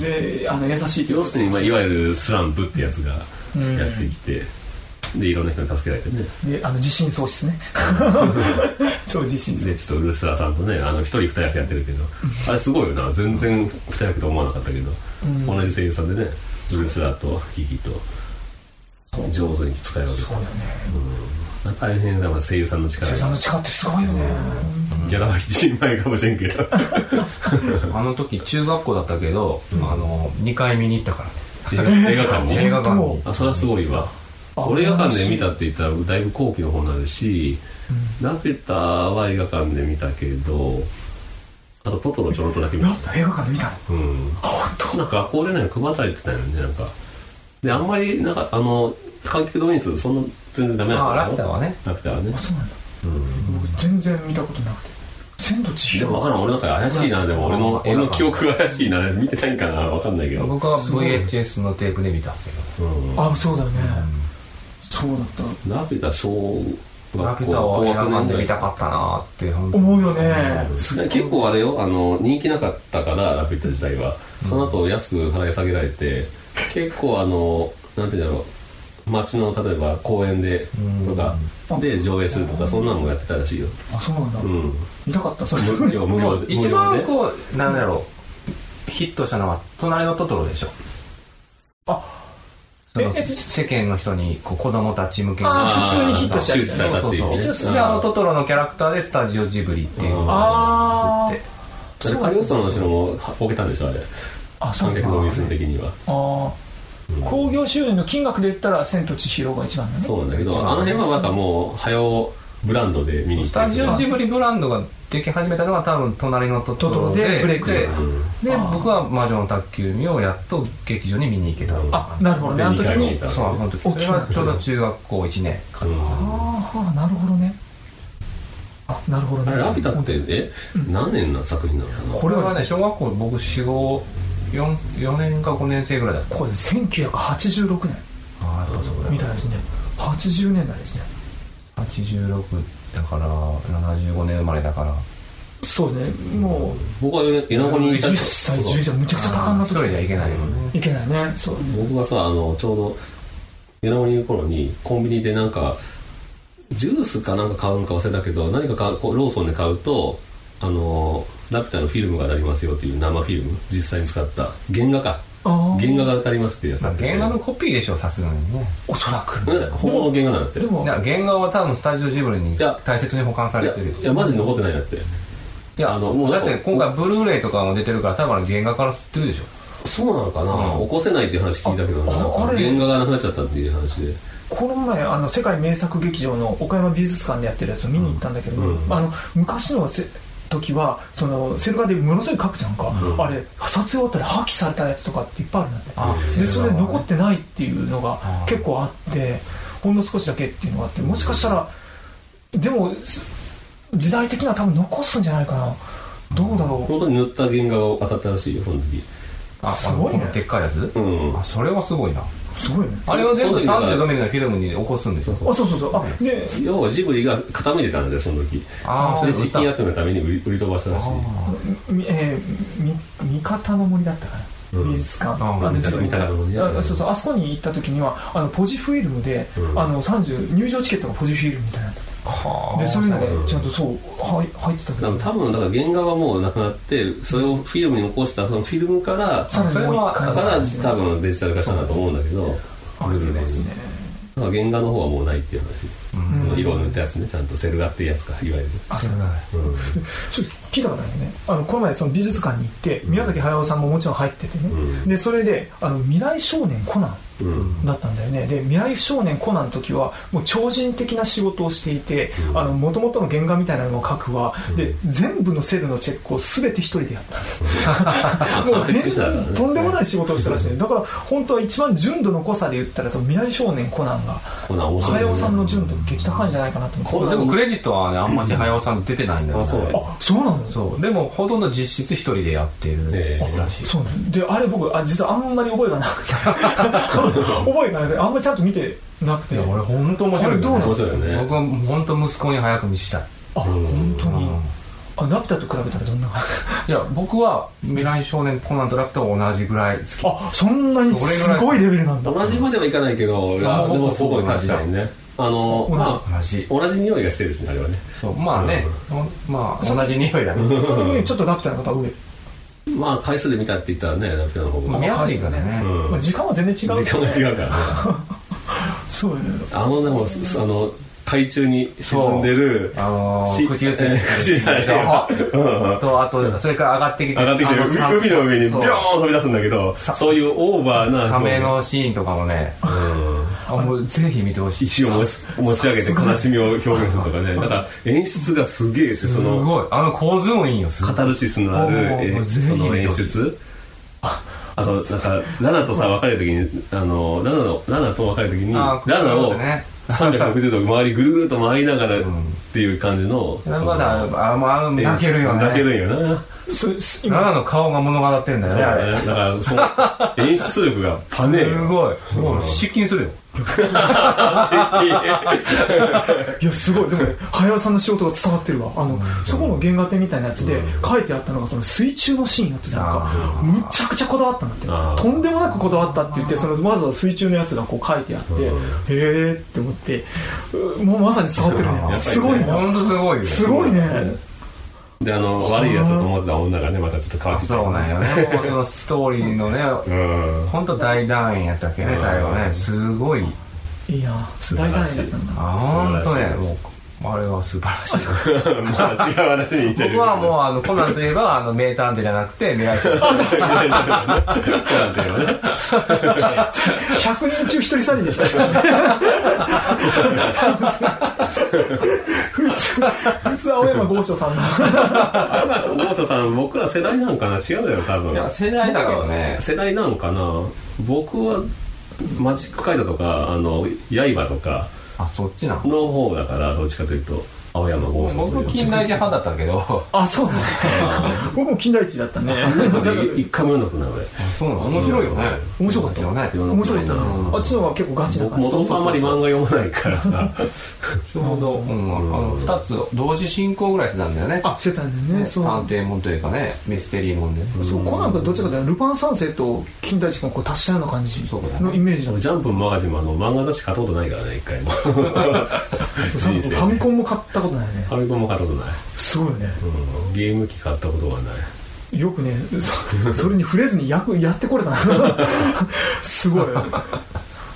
Speaker 4: であの優しい
Speaker 2: 要するに、まあ、いわゆるスランプってやつが
Speaker 4: うん
Speaker 2: やってきて、でいろんな人に助けられてね
Speaker 4: であの自信喪 失ね超自信喪
Speaker 2: でちょっとウルスラさんとねあの一人二役やってるけどあれすごいよな全然二役と思わなかったけど、
Speaker 4: ん
Speaker 2: 同じ声優さんでねウルスラとキキと上手に使い分け
Speaker 4: そうだよね
Speaker 2: た大変だから声優さんの力
Speaker 4: 女優さん
Speaker 2: が
Speaker 4: の力ってすごいよね
Speaker 2: ギャラは一人前かもしれんけど
Speaker 3: あの時中学校だったけど、あの2回見に行ったからね
Speaker 2: 映画映画館も
Speaker 3: 映画館に
Speaker 2: あそれはすごいわ俺映画館で見たって言ったらだいぶ後期の方になるし、ラピュタは映画館で見たけどあとトトロちょろっとだけ見た
Speaker 4: ラピュタ映画館で見たの
Speaker 2: うんなんか学校でね配られてたよねなんかであんまりなんかあの観客動員数そんな全然ダメだっ
Speaker 3: あ
Speaker 2: た
Speaker 3: あラピュタ
Speaker 2: は
Speaker 3: はね
Speaker 2: ラピュタはね
Speaker 4: あそうなんだ僕全然見たことなくて千と千
Speaker 2: で
Speaker 4: 尋
Speaker 2: も分からん俺なんか怪しいなでも俺の俺の記憶が怪しいな見てないんかな分かんないけど
Speaker 3: 僕は VHS のテープで見たけ
Speaker 2: うん
Speaker 4: あそうだよねそうだっ
Speaker 2: ラピュタ小
Speaker 3: どラ
Speaker 2: 学
Speaker 3: ピ
Speaker 2: 校
Speaker 3: ュタを
Speaker 2: 高
Speaker 3: 映画
Speaker 2: 学
Speaker 3: 館
Speaker 2: 年ぐ
Speaker 3: で
Speaker 2: ら
Speaker 3: 見
Speaker 2: い
Speaker 3: たかったなって本
Speaker 4: た
Speaker 3: 当に
Speaker 4: 思うよね
Speaker 2: 結構あれよあの人気なかったからラピュタ自体はその後安く払い下げられて結構あのなんていうんだろう街の例えば公園でとかで上映するとかそんなのもやってたらしいよ、
Speaker 4: あそうなんだ
Speaker 2: うん、
Speaker 4: 見たかったそれ
Speaker 2: 無料無料で無
Speaker 3: 一
Speaker 2: 料
Speaker 3: 番
Speaker 2: で
Speaker 3: こうなんだろうヒットしたのは「隣のトトロ」でしょ
Speaker 4: あ
Speaker 3: その
Speaker 4: ええ
Speaker 3: 世間の人にこう子供たち向けに
Speaker 4: あ普通にヒットした
Speaker 2: 手
Speaker 4: やつ
Speaker 2: 術されたっていうね
Speaker 3: そうそうそう
Speaker 2: うん
Speaker 3: であのトトロのキャラクターでスタジオジブリっていうのが
Speaker 4: あ
Speaker 3: 出て
Speaker 2: それカリオストロの後ろもボケたんでしょあれ
Speaker 4: あそう
Speaker 2: 観
Speaker 4: なん
Speaker 2: 客
Speaker 4: だ
Speaker 2: のミス的には
Speaker 4: ああ興行収入の金額で言ったら「千と千尋」が一番だね
Speaker 2: そうなんだけどあの辺はなんかもう早うブランドで見に行っ
Speaker 3: ス
Speaker 2: てる
Speaker 3: タジオジブリブランドができ始めたのが多分隣のトトロ
Speaker 4: トトロ
Speaker 3: で
Speaker 4: でブレイクした
Speaker 3: で
Speaker 2: うん
Speaker 3: で僕は魔女の宅急便をやっと劇場に見に行けた
Speaker 4: あなるほどねあの時
Speaker 2: で二回見に行
Speaker 4: に
Speaker 2: った
Speaker 3: そうあの時それはちょうど中学校1年
Speaker 2: うん
Speaker 4: ああなるほどねあなるほど
Speaker 2: あ
Speaker 4: ね
Speaker 2: れラピュタってえ何年の作品なのかな
Speaker 4: こ
Speaker 3: こ
Speaker 4: れ
Speaker 3: れ
Speaker 4: は
Speaker 3: は
Speaker 4: ね
Speaker 3: ね小学校僕45 4, 4年か5年生ぐらいだった
Speaker 4: これ1986年
Speaker 3: ああやっぱそうだ
Speaker 4: みたいですね80年代ですね
Speaker 3: 86だから75年生まれだから
Speaker 4: そうですねも
Speaker 2: 僕は米子に
Speaker 4: う
Speaker 2: いた
Speaker 4: 10歳11歳むちゃくちゃ多感な
Speaker 3: 一
Speaker 4: 時
Speaker 3: 人じゃいけないもんね
Speaker 4: いけないねそう
Speaker 2: 僕がさあのちょうど米子にいる頃にコンビニでなんかジュースかなんか買うのか忘れたけど何か買うこうローソンで買うとあのラピュタのフィルムが当たりますよっていう生フィルム実際に使った原画か
Speaker 4: あ
Speaker 2: 原画が当たりますっていうやつ
Speaker 3: まあ原画のコピーでしょさすがにね
Speaker 4: おそらく
Speaker 2: なんだ本物の原画なんだって
Speaker 4: でも
Speaker 3: いや原画は多分スタジオジブリに
Speaker 2: いや
Speaker 3: 大切に保管さ
Speaker 2: い
Speaker 3: れ
Speaker 2: や
Speaker 3: てるよ
Speaker 2: いやマジで残ってないんだって
Speaker 3: いや
Speaker 2: あのもう
Speaker 3: だ
Speaker 2: なん
Speaker 3: っ
Speaker 2: か
Speaker 3: て今回ブルーレイとかも出てるから多分原画から吸ってるでしょ
Speaker 2: そうなのかな、
Speaker 3: うん
Speaker 2: 起こせないっていう話聞いたけどな
Speaker 4: あああれ
Speaker 2: 原画がなくなっちゃったっていう話で
Speaker 4: この前あの世界名作劇場の岡山美術館でやってるやつを見に行ったんだけど、
Speaker 2: うん
Speaker 4: あの昔のせ時はそのセル画でものすごい描くじゃんか、
Speaker 2: うん
Speaker 4: あれ撮影終わったら破棄されたやつとかっていっぱいあるんだって
Speaker 3: あ
Speaker 4: でそれで残っててないっていうのが
Speaker 3: あー
Speaker 4: 結構あってほんの少しだけっていうのがあってもしかしたらでもす時代的には多分残すんじゃないかなどうだろ
Speaker 2: 本当に塗った原画が当たったらしいよその時
Speaker 3: あ
Speaker 4: すごいね
Speaker 3: あのこのでっかいやつ
Speaker 2: うん
Speaker 3: あそれはすごいな
Speaker 4: うすごいよね
Speaker 2: そ
Speaker 3: あれを全部
Speaker 2: そうだね
Speaker 3: 35mm のフィルムに起こすんでしょ
Speaker 4: あそうそうそうあで
Speaker 2: 要はジブリが傾いてたんだよその時
Speaker 3: ああ
Speaker 2: そ
Speaker 3: それ
Speaker 2: れ
Speaker 3: 売
Speaker 2: 資
Speaker 3: った
Speaker 2: 金集めのために売り売り飛ばしたらしい
Speaker 3: あ
Speaker 4: みえーみ味方の森だったか
Speaker 2: う
Speaker 4: な、
Speaker 2: ん
Speaker 4: 美術館
Speaker 3: あー
Speaker 4: の
Speaker 2: 見た
Speaker 4: ジブリ
Speaker 2: 見たかったもんね
Speaker 4: あそうそうあそこに行った時にはあのポジフィルムで、
Speaker 2: うん
Speaker 4: あの30入場チケットがポジフィルムみたいなのだっ
Speaker 3: ーは
Speaker 4: た
Speaker 3: あ
Speaker 4: でそういうの
Speaker 2: うん
Speaker 4: がちゃんとそうはい入ってたけ
Speaker 2: だか
Speaker 4: ど
Speaker 2: ら多分だから原画はもうなくなってそれをフィルムに起こしたそのフィルムから
Speaker 4: さらにもう一
Speaker 2: だ
Speaker 4: 回
Speaker 2: から
Speaker 4: ですね
Speaker 2: 多分デジタル化したんだと思うんだけど
Speaker 4: あるんですね
Speaker 2: だから原画の方はもうないっていう話
Speaker 3: うん
Speaker 2: その色を塗ったやつねちゃんとセル画っていうやつかいわゆる
Speaker 4: あそう
Speaker 2: うん
Speaker 4: ちょっと聞いたことないよねあのこの前その美術館に行って宮崎駿さんももちろん入っててね、
Speaker 2: うん
Speaker 4: でそれであの未来少年コナン
Speaker 2: うん
Speaker 4: だったんだよねで未来少年コナンの時はもう超人的な仕事をしていて
Speaker 2: うん
Speaker 4: もともとの原画みたいなのを描くわ、で
Speaker 2: う
Speaker 4: 全部のセルのチェックを全て一人でやった
Speaker 2: あ
Speaker 4: もう、
Speaker 2: 回収したから
Speaker 4: とんでも
Speaker 2: ね
Speaker 4: ない仕事をしたらしいねだから本当は一番純度の濃さで言ったら多分未来少年コナンが
Speaker 2: こんなん面白いね
Speaker 4: 駿さんの純度激高いんじゃないかなと
Speaker 2: コ
Speaker 4: 思っ
Speaker 2: ナン
Speaker 4: て
Speaker 3: でもクレジットはねあんまし早尾さん出てないんだよ、ね、
Speaker 2: あそうだ
Speaker 4: あそうなんです
Speaker 3: そうでもほとんど実質一人でやってる
Speaker 2: ええ
Speaker 3: らしい、
Speaker 4: そうなんであれ僕あ実はあんまり覚えがなくて覚えがなくてあんまりちゃんと見てなくて
Speaker 3: いや俺本当面白い、
Speaker 4: あれどうなの
Speaker 2: 面白いよね
Speaker 3: 僕は本当息子に早く見せたい、
Speaker 4: あ本当に
Speaker 3: うん
Speaker 4: あラピュタと比べたらどんな感じ
Speaker 3: いや僕は未来少年コナンとラピュタは同じぐらい好き
Speaker 4: あそんなにすごいレベルなん だ
Speaker 2: 同じまではいかないけどいや
Speaker 4: あ
Speaker 2: でもすごい確かにねあの
Speaker 4: 同じ
Speaker 2: ま
Speaker 3: 同じ
Speaker 2: あ同じ匂いがしてるしねあれはね
Speaker 3: そうまあね、まあ同じ匂いだね
Speaker 4: それよりちょっとラピュタの方が上、
Speaker 2: まあ回数で見たって言ったらねラピュタの方
Speaker 3: まあ
Speaker 2: が
Speaker 3: 見やすいからね、
Speaker 2: うん
Speaker 4: まあ、時間は全然違
Speaker 2: 時
Speaker 4: う
Speaker 2: 間が違うからね
Speaker 4: そうよね
Speaker 2: あのでもすすあの海中に沈んでる
Speaker 3: あのー、口移してる
Speaker 2: 口がねうん
Speaker 3: とあとそれから上がってきて
Speaker 2: 上がってきて
Speaker 3: あさ
Speaker 2: る海の上にビョ
Speaker 3: そう
Speaker 2: ーン飛び出すんだけどそういうオーバーな
Speaker 3: サメのシーンとかもね
Speaker 2: うん
Speaker 3: あもうぜひ見てほしい
Speaker 2: 石を持ち持ち上げて悲しみを表現するとかねだから演出がすげえって
Speaker 3: す
Speaker 2: その
Speaker 3: ごいあの構図もいいよすご
Speaker 2: カ
Speaker 3: い
Speaker 2: タルシスのある
Speaker 3: おー
Speaker 2: え
Speaker 3: もう
Speaker 2: ー
Speaker 3: ぜひ
Speaker 2: その
Speaker 3: 見て
Speaker 2: 演
Speaker 3: ほしい
Speaker 2: 出あとなんかラナとさ別れる時にあのラナのラナと別れる時に
Speaker 3: あ
Speaker 2: ラ
Speaker 3: ー
Speaker 2: ナを
Speaker 3: ね
Speaker 2: 360度回りぐるぐるっと回りながらっていう感じの
Speaker 3: ま
Speaker 2: その
Speaker 3: だあのあのあの泣けるよね
Speaker 2: 泣けるよな
Speaker 4: それす
Speaker 3: 奈
Speaker 4: 今
Speaker 3: 良の顔が物語ってるんだよ
Speaker 2: そう
Speaker 3: ねあ
Speaker 2: だね
Speaker 3: れ
Speaker 2: だからその演出力がパネ
Speaker 3: す
Speaker 2: よ
Speaker 3: ごいもう失禁するよ
Speaker 4: いやすごいでもね早尾さんの仕事が伝わってるわあの、そこの原画展みたいなやつで書いてあったのがその水中のシーンやったじゃんかむちゃくちゃこだわったんだ
Speaker 2: あ
Speaker 4: っ
Speaker 2: ー
Speaker 4: てとんでもなくこだわったって言ってそのわざわざ水中のやつがこう書いてあって、
Speaker 2: うん
Speaker 4: へえって思ってうもうまさに伝わってる
Speaker 2: ぱり
Speaker 4: ね
Speaker 2: ね
Speaker 4: すごいな
Speaker 3: 本当すごいよ
Speaker 4: すごいね
Speaker 2: であの悪いやつだと思ってた女がねまたちょっと変わってた
Speaker 3: そうなんよねもうそのストーリーのね
Speaker 2: うん
Speaker 3: 本当大団円やったっけね最後ねすごい
Speaker 4: いいな
Speaker 2: 素
Speaker 4: 大
Speaker 2: 晴ら
Speaker 4: 団
Speaker 2: しい
Speaker 4: 円だったんだ
Speaker 3: あ本当ね
Speaker 2: 素晴らしい
Speaker 3: もうあれは素晴ら しい
Speaker 2: まあ違う話に似てる
Speaker 3: 僕はもうあのコナンといえばあの名探偵じゃなくて未来 少年
Speaker 2: う なんていうのね
Speaker 4: 100人中1人詐欺でしょ普通普通は青山剛昌さんの
Speaker 2: あれはその大下さん僕ら世代なんかな違うだよ多
Speaker 3: いや
Speaker 2: 分
Speaker 3: 世代だからね
Speaker 2: 世代なんかな僕はマジックカイドとかあの刃とか
Speaker 3: あそっちなの
Speaker 2: の方だからどっちかというと青山剛さんという
Speaker 3: 僕金田一派だったけど
Speaker 4: あそうなんだ僕も金田一だったね
Speaker 2: それ一回も読んだことない俺
Speaker 3: そうなの面白いよね
Speaker 4: 面白かった
Speaker 3: よね
Speaker 2: 読ん
Speaker 4: 面
Speaker 2: だことな
Speaker 4: 白
Speaker 2: いい
Speaker 4: な
Speaker 2: な
Speaker 4: あっちの方が結構ガチな
Speaker 2: 僕
Speaker 4: 感じ
Speaker 2: もともとあんまり漫画読まないからさ
Speaker 3: ちょうど、うん、あの2つ同時進行ぐらいしてたんだよね
Speaker 4: あしてたんだよねそう
Speaker 3: 探偵もんというかねミステリーもんで、
Speaker 4: そうコナン君どっちかというとルパン三世と金田一君をこう足したような感じ
Speaker 3: そうだね
Speaker 4: のイメージだ
Speaker 2: 俺ジャンプマガジンもあの漫画雑誌買ったことないからね一回も
Speaker 4: そう
Speaker 2: 人生
Speaker 4: フ
Speaker 2: で
Speaker 4: ァミコンも買ったことないよね
Speaker 2: ファミコンも買ったことない、
Speaker 4: すごいよね
Speaker 2: うんゲーム機買ったことがない
Speaker 4: よくねそ それに触れずにやくやってこれたな すごい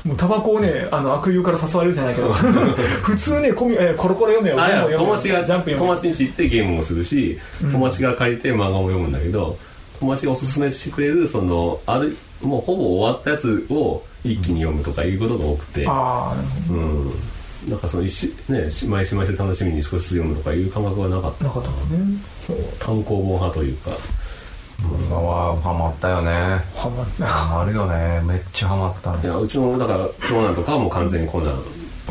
Speaker 4: もうタバコをねあの悪友から誘われるじゃな いけど普通ねコミ、えーコロコロ読めよ
Speaker 2: あいや
Speaker 4: メモ
Speaker 2: 友
Speaker 4: よ
Speaker 2: 達が
Speaker 4: ジャンプ読め
Speaker 2: 友
Speaker 4: よ
Speaker 2: 達に知ってゲームもするし、友達が借りて漫画も読むんだけど友達がおすすめしてくれるそのあるもうほぼ終わったやつを一気に読むとかいうことが多くて、
Speaker 4: あ
Speaker 2: うん、なんかその一週ねし毎週毎週楽しみに少しずつ読むとかいう感覚はなかっ
Speaker 4: あなかったもんね
Speaker 2: た単行本派というか
Speaker 3: 今はハマったよね
Speaker 4: はまんな
Speaker 3: ハマるよねめっちゃハマった
Speaker 2: いやうちのだから長男とかはもう完全にコナン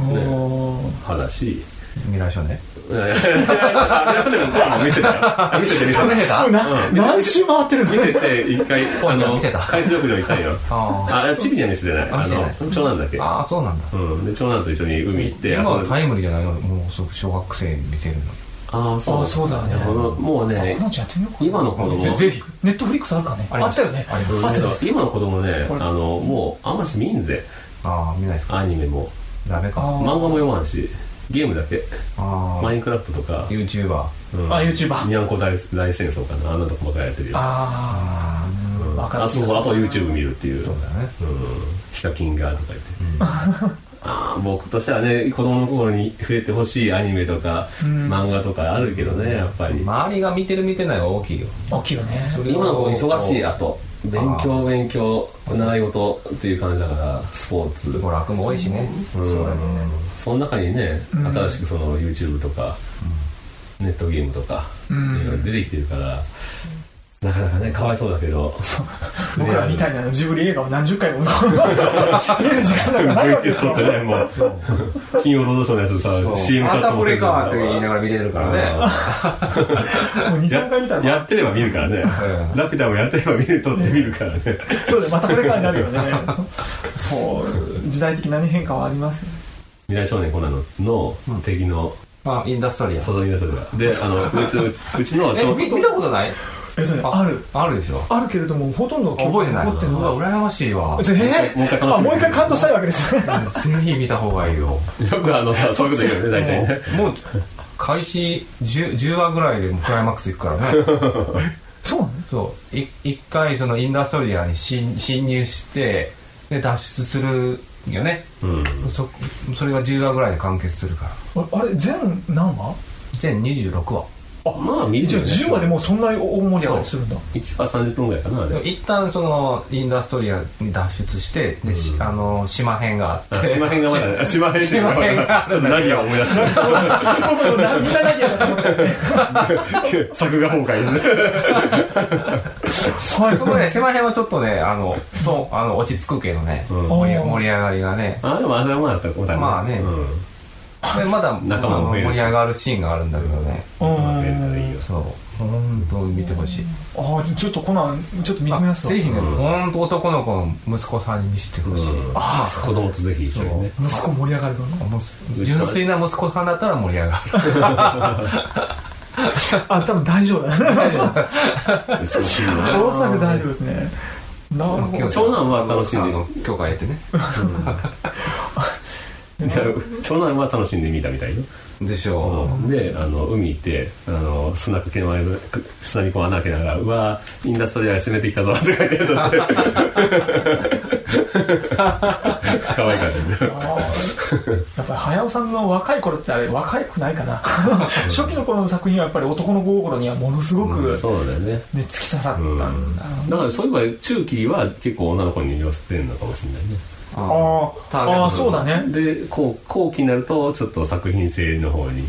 Speaker 4: おー
Speaker 2: 派だし
Speaker 3: 未来少年
Speaker 2: いやいやいやいやいやそれでもコナンも見せたよあ見せて見せ
Speaker 3: 見
Speaker 2: て
Speaker 3: せた
Speaker 4: もうな何周回ってるん
Speaker 2: 見
Speaker 4: だ
Speaker 2: せて一回
Speaker 3: ポ
Speaker 2: あ
Speaker 3: ンちゃん
Speaker 2: の
Speaker 3: 見せた
Speaker 2: 海水浴場行ったんよ
Speaker 3: あ
Speaker 2: あ、チビには見せてない。
Speaker 3: あ
Speaker 2: あ
Speaker 3: 見せてない
Speaker 2: の、長男だけ。
Speaker 3: ああそうなんだ
Speaker 2: うん。で、長男と一緒に海行って、
Speaker 3: 今は
Speaker 2: あ
Speaker 3: タイムリーじゃないのもう小学生に見せるの
Speaker 2: あ、そう
Speaker 4: あそうだね
Speaker 2: いやこのもうね
Speaker 4: あ、なちゃんやってみようか
Speaker 2: 今の子供、
Speaker 3: ぜぜひ
Speaker 4: ネットフリックスあるかね
Speaker 3: あり
Speaker 4: あ
Speaker 3: ま
Speaker 4: っ
Speaker 3: す
Speaker 4: たよね
Speaker 3: あります
Speaker 4: あったよね
Speaker 2: 今の子供ね、
Speaker 4: これ
Speaker 2: あの、もう、あんまし見んぜ。
Speaker 3: ああ見ないですか
Speaker 2: アニメも。
Speaker 3: ダメ
Speaker 4: あ
Speaker 3: か
Speaker 2: 漫画も読まんし、ゲームだけ。
Speaker 3: あ
Speaker 2: マ
Speaker 3: あ
Speaker 2: インクラフトとか、
Speaker 3: YouTuber
Speaker 2: うん
Speaker 4: あ YouTuber
Speaker 2: にゃんこ大大戦争かな。あんなとこばっかりやってるよ。
Speaker 4: あ
Speaker 2: うん
Speaker 4: わかる
Speaker 2: あ、そうそう、あとは YouTube 見るっていう。
Speaker 3: そうだね
Speaker 2: ヒカキンがとか言って、 ああ僕としてはね子供の頃に触れてほしいアニメとか、
Speaker 4: ん
Speaker 2: 漫画とかあるけどねやっぱり、
Speaker 3: 周りが見てる見てないは大きいよ
Speaker 4: あ大きいよね
Speaker 3: それ
Speaker 2: 今の子忙しい
Speaker 3: こ
Speaker 2: あと勉強勉強習い事っていう感じだからスポーツ
Speaker 3: う娯楽も多いしね
Speaker 2: うんその中にね
Speaker 4: うん
Speaker 2: 新しくその YouTube とか、ネットゲームとか、
Speaker 4: うん
Speaker 2: いろいろ出てきてるからなかなかねかわいそうだけど
Speaker 4: 僕らみたいなジブリ映画を何十回も見る時間なんかないわけ
Speaker 2: VTS
Speaker 4: です
Speaker 2: と
Speaker 4: よ
Speaker 2: かねも う金曜ロードショーのやつさ CM カ
Speaker 3: ま
Speaker 2: ット
Speaker 3: た
Speaker 2: も
Speaker 3: こ
Speaker 2: せ
Speaker 3: れ
Speaker 2: ず
Speaker 3: かって言いながら見れるからね
Speaker 4: もう23回見た
Speaker 2: や
Speaker 4: ら
Speaker 2: やってれば見るから ね
Speaker 3: う
Speaker 2: ラピュタもやってれば見るとって見るからね
Speaker 4: そうでまたこれからになるよねそう時代的なね変化はありますよね
Speaker 2: 未来少年コナンのの敵の
Speaker 3: あインダストリア
Speaker 2: 外に出せるからであのうちのうちの
Speaker 3: え
Speaker 2: 長
Speaker 3: 見見たことない
Speaker 4: えそれある
Speaker 3: あるでしょ
Speaker 4: あるけれどもほとんど記憶
Speaker 3: 覚えてない
Speaker 4: 残ってる
Speaker 3: うわ羨ましい わ
Speaker 4: えー
Speaker 2: もう一回楽し
Speaker 4: あ
Speaker 2: み
Speaker 4: もう一回感動したいわけですね
Speaker 3: ぜひ見た方がいいよ
Speaker 2: よくあのさそういう こと言うよね大体ね
Speaker 3: もう開始 10, 10話ぐらいでもうクライマックスいくから ね
Speaker 4: そうなの
Speaker 3: そうい一回そのインダストリアに侵侵入してで脱出するよね
Speaker 2: うん
Speaker 3: そそれが10話ぐらいで完結するから
Speaker 4: ああれ全何話
Speaker 3: 全26話
Speaker 2: まあ見る
Speaker 4: じゃ
Speaker 2: よ
Speaker 4: あ
Speaker 2: ね
Speaker 4: 10話でもうそんなに大盛り上がりするんだ
Speaker 2: 1話30分ぐらいかなあれ
Speaker 3: 一旦そのインダストリアに脱出してで、しあの島編があっ
Speaker 2: あ
Speaker 3: て
Speaker 2: 島編がまだ島編っていう
Speaker 3: 島編が
Speaker 2: かちょっと何が思い出す
Speaker 4: 僕な見ただけやな
Speaker 2: 作画崩壊です ね
Speaker 3: そこね島編はちょっとねあのそうあの落ち着くけどね、
Speaker 2: ん
Speaker 3: 盛り盛り上がりがね
Speaker 2: あでもあれはまだったことある
Speaker 3: まあね
Speaker 2: うん
Speaker 3: でまだ
Speaker 2: 仲間も増えるし
Speaker 3: 盛り上がるシーンがあるんだけどね
Speaker 2: 仲間増えるからいいよ
Speaker 3: そう本当に見てほしい
Speaker 4: あーちょっとコナンちょっと見てみますわ
Speaker 3: ぜひね
Speaker 2: うん
Speaker 3: 本当男の子の息子さんに見せてほしい、
Speaker 2: うん
Speaker 4: あー
Speaker 2: 子供とぜひ一緒にね
Speaker 4: 息子盛り上がるから
Speaker 3: もう純粋な息子さんだったら盛り上がる
Speaker 4: あ多分大丈夫だね
Speaker 2: うちのチームはね
Speaker 4: おそらく 大丈夫ですねなるほど
Speaker 2: 長男は楽しんでる
Speaker 3: あの許可得てね
Speaker 2: いや長男は楽しんでみたみたいよ、
Speaker 3: でしょ
Speaker 2: であの海行ってあの砂かけの間砂にこう穴開けながら「うわーインダストリアが攻めてきたぞ」とか 言ってたって可愛かったね
Speaker 4: あーやっぱり早尾さんの若い頃ってあれ若くないか な初期の頃の作品はやっぱり男の心にはものすごく、ね
Speaker 2: そうだよね
Speaker 4: 突き刺さったんだ、
Speaker 2: うんだからそういえば中期は結構女の子に寄せてるのかもしれないね
Speaker 3: あ
Speaker 4: あー
Speaker 3: ターゲット
Speaker 4: あーそうだね
Speaker 2: でこう後期になるとちょっと作品性の方に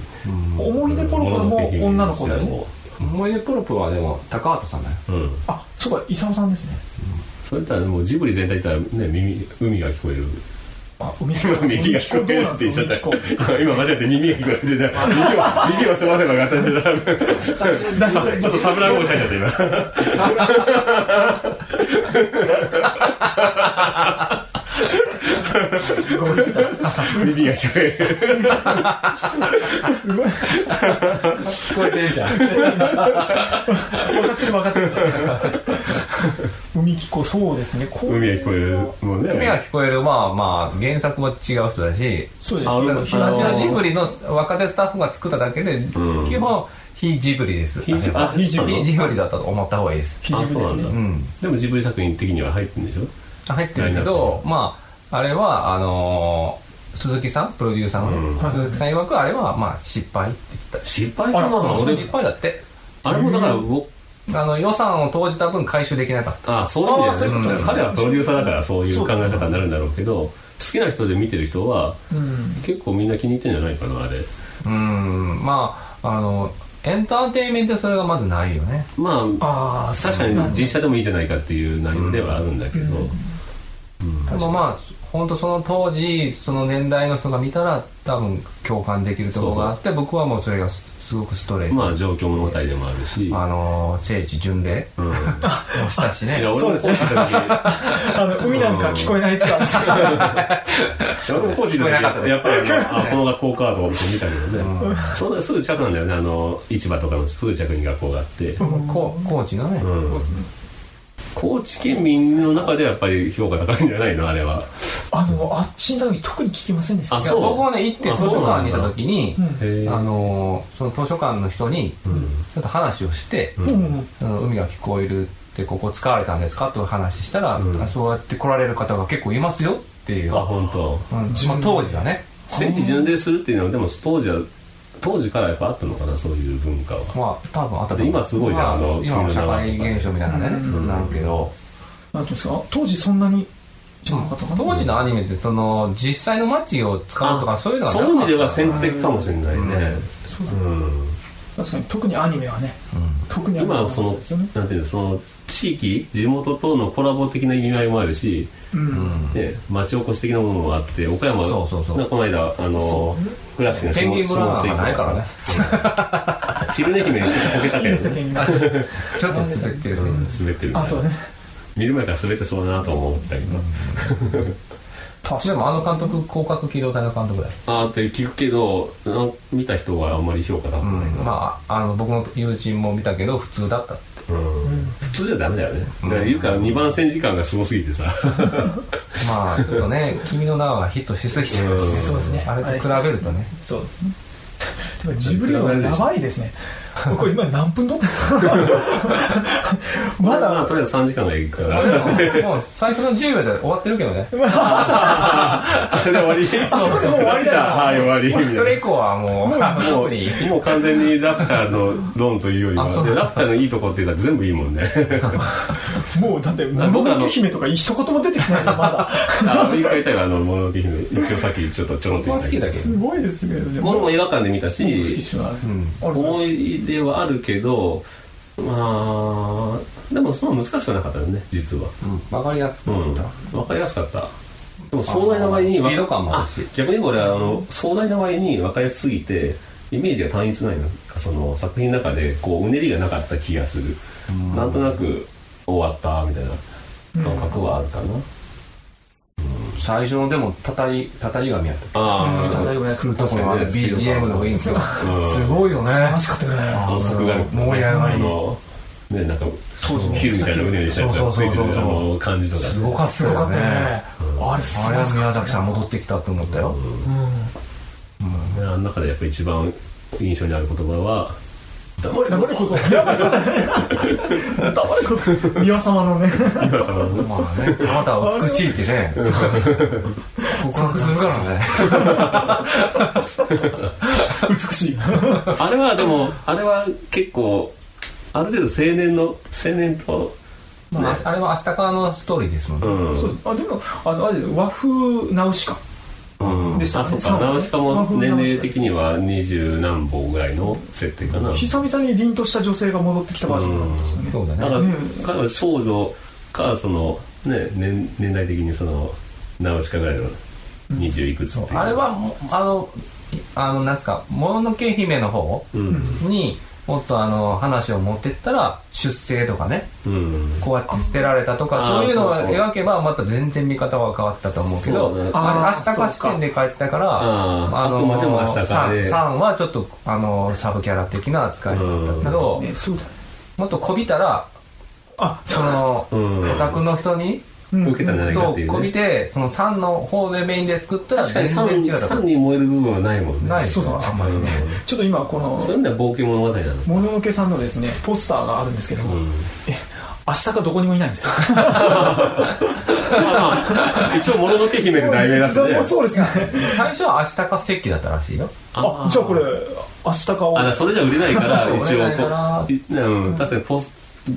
Speaker 4: 思い出ポロポロも女の子だよね
Speaker 3: 思い出プロプはでも高畑さんだよ
Speaker 2: うん
Speaker 4: あそうか功さんですね
Speaker 2: それだったらもうジブリ全体いったらね耳海が聞こえる
Speaker 4: あ海
Speaker 2: 耳が聞こえるって言っちゃ った。今間違えて耳が聞こえて た。耳を、耳を澄ませばガサして た。ちょっとサブラゴーしちゃった今。 耳が聞こえる。
Speaker 3: 聞こえてるじゃん。
Speaker 4: 分かってる分かってる 海聞こそうですねこう
Speaker 2: 海が聞こえる。もうね。
Speaker 3: 目が聞こえる、まあまあ、原作も違う人だし、
Speaker 4: そうです
Speaker 2: あ俺
Speaker 4: ね
Speaker 2: も
Speaker 3: 東のジブリの若手スタッフが作っただけで、
Speaker 2: ん
Speaker 3: 基本、非ジブリです。
Speaker 2: 非ジブリあ非ジブリ
Speaker 3: 非ジブリだったと思った方がいいです。
Speaker 4: 基準
Speaker 2: あ
Speaker 4: で
Speaker 2: そ
Speaker 4: す
Speaker 2: うな
Speaker 4: ね
Speaker 2: ん
Speaker 3: う
Speaker 2: だ
Speaker 3: ん。
Speaker 2: でもジブリ作品的には入ってるんでしょ
Speaker 3: 入ってるけど、まあ、あれは、あのー鈴木さん、プロデューサーの、
Speaker 2: うん
Speaker 3: 鈴木さん曰く、あれは、まあ、失敗って言っ
Speaker 2: 失敗か
Speaker 4: あ
Speaker 2: な
Speaker 3: た。
Speaker 2: 俺
Speaker 3: 失敗だって。
Speaker 2: あれもだから僕
Speaker 3: あの、予算を投じた分回収できなかった。
Speaker 2: あそういう意味だよね
Speaker 3: あーそういうことね
Speaker 2: 彼はプロデューサーだからそういう考え方になるんだろうけど好きな人で見てる人は
Speaker 4: うん
Speaker 2: 結構みんな気に入ってんじゃないかなあれ
Speaker 3: うん、まあ、あの、エンターテインメントそれがまずないよね。
Speaker 2: まあ
Speaker 4: ああ
Speaker 2: 確かに実写でもいいじゃないかっていう内容ではあるんだけど、
Speaker 4: うん
Speaker 3: でもまあ、本当その当時、その年代の人が見たら、多分共感できるところがあって、僕はもうそれがすすごくストレート。
Speaker 2: まあ状況物語でもあるし、
Speaker 3: あのー、聖地巡礼
Speaker 2: うん、い
Speaker 3: したし ね
Speaker 2: や。俺もコーチの
Speaker 4: あの海なんか聞こえないって言ってたんですけど
Speaker 2: 時俺もコーチの
Speaker 3: 聞こえなかった
Speaker 2: 時
Speaker 3: です
Speaker 2: やっぱりあのあその学校かと思って見たけどね、そんなすぐ近くなんだよねあの市場とかのすぐ近くに学校があって、
Speaker 3: こう高知がね、
Speaker 2: うん、高知県民の中ではやっぱり評価高いんじゃないのあれは
Speaker 4: あのあっちにいた時特に聞きませんでした
Speaker 2: あ
Speaker 3: いや
Speaker 2: そう
Speaker 3: 僕はね行って
Speaker 2: あ
Speaker 3: 図
Speaker 2: そう
Speaker 3: 書
Speaker 2: な
Speaker 3: 館
Speaker 2: んだ
Speaker 3: にいた時に
Speaker 4: う
Speaker 2: へー
Speaker 3: あのーその図書館の人に
Speaker 2: うん
Speaker 3: ちょっと話をして
Speaker 4: んうんうん
Speaker 3: 「あの海が聞こえるってここ使われたんですか?」と話したら、
Speaker 2: うん
Speaker 3: あそうやって来られる方が結構いますよっていう、
Speaker 2: あ本当。
Speaker 3: うんまあ当時はね
Speaker 2: 聖地巡礼するっていうのはでも当時は当時からやっぱあったのかなそういう文化は
Speaker 3: まあ多分あった
Speaker 2: だ
Speaker 3: と
Speaker 2: って今すごいじゃん
Speaker 3: まあ
Speaker 2: あの
Speaker 3: 今の社
Speaker 2: 国の名前
Speaker 3: 会
Speaker 2: とか
Speaker 3: 現象みたいなね、
Speaker 4: うん
Speaker 3: なるけど、
Speaker 4: なんていうんですか当時そんなにじゃなかったかな
Speaker 3: 当時のアニメってその実際の街を使うとかそういうのはな
Speaker 2: そう
Speaker 3: か
Speaker 2: いう意
Speaker 3: った
Speaker 2: 味では先的かもしれないね
Speaker 4: そうだ
Speaker 2: うん、
Speaker 4: 確かに特にアニメはね特にアニメ
Speaker 2: 今
Speaker 4: は
Speaker 2: はその
Speaker 4: ですよね
Speaker 2: なんていうのその地域地元とのコラボ的な意味合いもあるし、
Speaker 4: うん
Speaker 2: ね、町おこし的なものもあって岡山
Speaker 3: そうそうそう
Speaker 2: なんかこの間あの倉敷の下
Speaker 3: ペンギンブラザーがないからね
Speaker 2: 下関昼寝姫ちょっとこけたけ ど
Speaker 4: 世間
Speaker 2: ね
Speaker 4: に
Speaker 3: ちょっと滑ってるけど、
Speaker 2: うん滑ってる か
Speaker 4: あ
Speaker 2: ら
Speaker 4: そうね
Speaker 2: 見る前から滑ってそうだなと思ったけど、
Speaker 4: 確
Speaker 3: で
Speaker 4: かに
Speaker 3: もあの監督広角機動隊の監督だよ
Speaker 2: あーって聞くけどなん見た人はあんまり評価高く
Speaker 3: うん
Speaker 2: ないな、
Speaker 3: まあ、あの僕の友人も見たけど普通だったって
Speaker 2: うん普通じゃダメだよね、だから言うか2番線時間がすごすぎてさ
Speaker 3: まあちょっ とね「君の名は」ヒットしすぎて
Speaker 2: うん
Speaker 4: そうですね
Speaker 3: あれと比べるとね
Speaker 4: そうですねてかジブリはやばいですね これ今何分撮って るま
Speaker 2: まあ
Speaker 4: だ
Speaker 2: とりあえず3時間がいくから
Speaker 3: もう最初の10秒で終わってるけどね
Speaker 2: あれで終わり
Speaker 4: そうそうもう終わりだよ
Speaker 2: はい終わりみたいな
Speaker 3: それ以降はもう
Speaker 2: も
Speaker 3: 特に
Speaker 2: うもう完全にラフターのローンというより
Speaker 3: あそ
Speaker 2: は
Speaker 3: う
Speaker 2: でラフターのいいとこっていうのは全部いいもんね
Speaker 4: もうだって「も
Speaker 2: あ
Speaker 4: の
Speaker 2: 僕ら
Speaker 4: の
Speaker 2: の
Speaker 4: け姫」とか一言も出てきてないですよま だ
Speaker 2: あの一回言ったらあの「もののけ姫」一応さっきちょっとちょろっと
Speaker 3: 僕は
Speaker 2: っ
Speaker 3: 好
Speaker 2: た
Speaker 3: きだけど
Speaker 4: すごいですけどね
Speaker 2: ものも映画館で見た
Speaker 4: 好き
Speaker 2: し
Speaker 4: っすよあれ
Speaker 3: ん
Speaker 4: あれ
Speaker 2: 思い出はあるけどまあでもそんな難しくなかったよね実は
Speaker 3: 分かりやすく
Speaker 2: う
Speaker 3: 見
Speaker 2: ん
Speaker 3: た
Speaker 2: 分かりやすかったでも壮大な割に
Speaker 3: あースピード感もあるし
Speaker 2: あ逆に俺あの壮大な割に分かりやすすぎてイメージが単一ないのその作品の中でこううねりがなかった気がするなんとなく終わったみたいな感覚はあるかな、
Speaker 3: 最初のでもたたりたたり紙やっ
Speaker 2: あ
Speaker 4: うん
Speaker 2: あ、
Speaker 4: ただいま来る
Speaker 3: た
Speaker 4: と
Speaker 3: ところあれ
Speaker 2: 確かにね
Speaker 3: BGM の雰囲気が
Speaker 2: うん
Speaker 3: すごいよね
Speaker 4: 素晴らしかったよ
Speaker 2: あ
Speaker 4: ね
Speaker 2: の作画力とかね
Speaker 3: 盛り上がり
Speaker 2: あのねなんかヒューみたいなうねりしたやつがついて
Speaker 3: そうそうそう
Speaker 2: る
Speaker 3: そ
Speaker 2: あ
Speaker 3: う
Speaker 2: の感じとか
Speaker 3: すごかった
Speaker 4: すごか
Speaker 3: よ
Speaker 4: ったよ
Speaker 3: ね
Speaker 4: ねあれす
Speaker 3: あ
Speaker 4: ご
Speaker 3: れ
Speaker 4: か
Speaker 3: は
Speaker 4: った
Speaker 3: 宮崎さん戻ってきたと思ったよ
Speaker 4: うん
Speaker 2: ねあの中でやっぱ一番印象にある言葉は黙れ
Speaker 4: 黙れこそ黙れこそ黙れこそ宮様のね
Speaker 2: 今様の
Speaker 3: まあね、あなたは美しいって ね、告白するからね。
Speaker 4: 美しい
Speaker 2: あれはでもあれは結構ある程度青年の青年と、ね
Speaker 3: まあ、あれは明日からのストーリーですもんね。
Speaker 2: うん
Speaker 4: そうあでもあのあれ和風ナウシカ
Speaker 2: うん
Speaker 4: でした
Speaker 2: あ
Speaker 4: ね
Speaker 2: そう
Speaker 4: そ
Speaker 2: か
Speaker 4: う
Speaker 2: ナウシカも
Speaker 4: 和風
Speaker 2: 年
Speaker 4: ナウシカ
Speaker 2: 齢的には二十何本ぐらいの設定かな
Speaker 4: 久々に凛とした女性が戻ってきたバージョンなんですよね
Speaker 3: そうだ
Speaker 2: だか
Speaker 3: ね。
Speaker 2: ら
Speaker 4: ね
Speaker 2: 彼は少女かそのね年年代的にそのナウシカぐらいの20いくつっていう
Speaker 3: あれはもうあのあのなんですかもののけ姫の方
Speaker 2: うん
Speaker 3: にもっとあの話を持ってったら出生とかね
Speaker 2: うん
Speaker 3: こうやって捨てられたとか
Speaker 2: あー
Speaker 3: そういうのを
Speaker 2: そうそう
Speaker 3: 描けばまた全然見方は変わったと思うけど
Speaker 2: そうね
Speaker 3: あ
Speaker 4: あー
Speaker 3: れ明日か視点で書いてたから
Speaker 2: あーあくまでも明日かで
Speaker 3: さんさんはちょっとあのサブキャラ的な扱いだったけど
Speaker 4: ねそうだね
Speaker 3: もっとこびたら
Speaker 4: あ
Speaker 3: その
Speaker 2: うん
Speaker 3: オタクの人に
Speaker 4: うん
Speaker 2: 受けたんじゃないか
Speaker 3: と
Speaker 2: っていう
Speaker 3: こび
Speaker 2: ね
Speaker 3: てその3の方でメインで作ったら
Speaker 2: 確かに
Speaker 3: 全然違うと
Speaker 2: 3
Speaker 3: 思
Speaker 2: に燃える部分はないもん
Speaker 3: う
Speaker 2: ね
Speaker 3: ない
Speaker 4: そうそう
Speaker 3: あんまりね
Speaker 4: ちょっと今この
Speaker 2: そういう意味では冒険物語なの
Speaker 4: もののけさんのですねポスターがあるんですけど
Speaker 2: う
Speaker 4: も、
Speaker 2: ん
Speaker 4: え明日かどこにもいないんですよ
Speaker 2: まあまあ 一応「もののけ姫」って題名だしね
Speaker 4: そうですね
Speaker 3: 最初は明日か石器だったらしいよ
Speaker 4: あじゃあこれ明日かを
Speaker 2: あそれじゃ売れないから 一
Speaker 3: 売れないか
Speaker 2: 応
Speaker 3: な
Speaker 2: こういうん確かにポス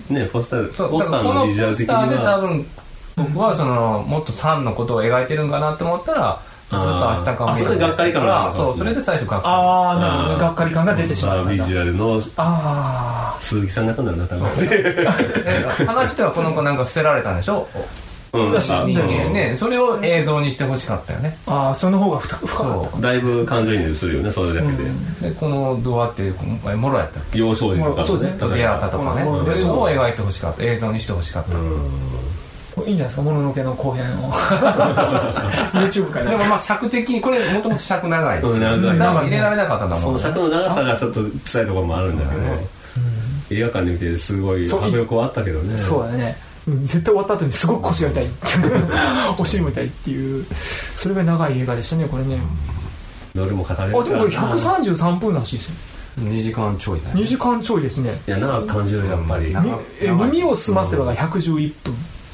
Speaker 2: ねポスタ
Speaker 3: そ
Speaker 2: ー
Speaker 3: う
Speaker 2: ポスターのビジュアル的に
Speaker 3: だから
Speaker 2: は
Speaker 3: このポスターで多分僕はそのもっと3のことを描いてるんかなって思ったらずっと明日か
Speaker 2: あー
Speaker 3: も
Speaker 2: それがっかり感があるのか
Speaker 3: そ
Speaker 2: も
Speaker 3: う
Speaker 2: し
Speaker 3: そ
Speaker 2: れな
Speaker 3: れ
Speaker 2: い
Speaker 3: で最初がっ
Speaker 4: ああなるほどねがっかり感が出てしま
Speaker 2: ま
Speaker 4: っ
Speaker 2: あ
Speaker 4: たん
Speaker 2: ビ
Speaker 4: だ
Speaker 2: ジュアルの
Speaker 4: あ
Speaker 2: 鈴木さんがなんだろうな多分
Speaker 3: かり話ではこの子なんか捨てられたんでしょ
Speaker 2: うんなんか
Speaker 4: そう
Speaker 3: 人
Speaker 4: だ
Speaker 3: 間ねそれを映像にしてほしかったよね
Speaker 4: ーあーその方がふた深かった
Speaker 3: そ
Speaker 2: だいぶ感情移入するよねそれだけで、
Speaker 3: うでこの童話って前もろやったっ
Speaker 2: 幼少時とか
Speaker 4: そ
Speaker 2: も
Speaker 4: うです
Speaker 2: ね
Speaker 4: ね
Speaker 3: け出会ったとかね
Speaker 4: うん
Speaker 3: でそこを描いてほしかった映像にしてほしかった
Speaker 4: これいいんじゃないですかもののけの後編を YouTube か
Speaker 3: で
Speaker 4: ら
Speaker 3: もまあ尺的にこれもともと尺長いし
Speaker 2: うん
Speaker 3: だ
Speaker 2: 長い
Speaker 3: から入れられなかったんだ
Speaker 2: そ
Speaker 3: もん
Speaker 2: の尺の長さがちょっと臭いところもあるんだけど、映画館で見てすごい
Speaker 4: そう
Speaker 2: 迫力はあったけどね
Speaker 4: そうだねうん絶対終わった後にすごく腰が痛いお尻も痛いっていうそれが長い映画でしたねこれね
Speaker 2: どれも語れる
Speaker 4: あでもこれ
Speaker 2: な
Speaker 4: 133分らしいですよ
Speaker 3: 2時間ちょいだね
Speaker 4: 2時間ちょいですね
Speaker 2: いや長く感じるやっぱり、
Speaker 3: うん
Speaker 4: みえ
Speaker 3: 長い
Speaker 4: 耳をすませばが111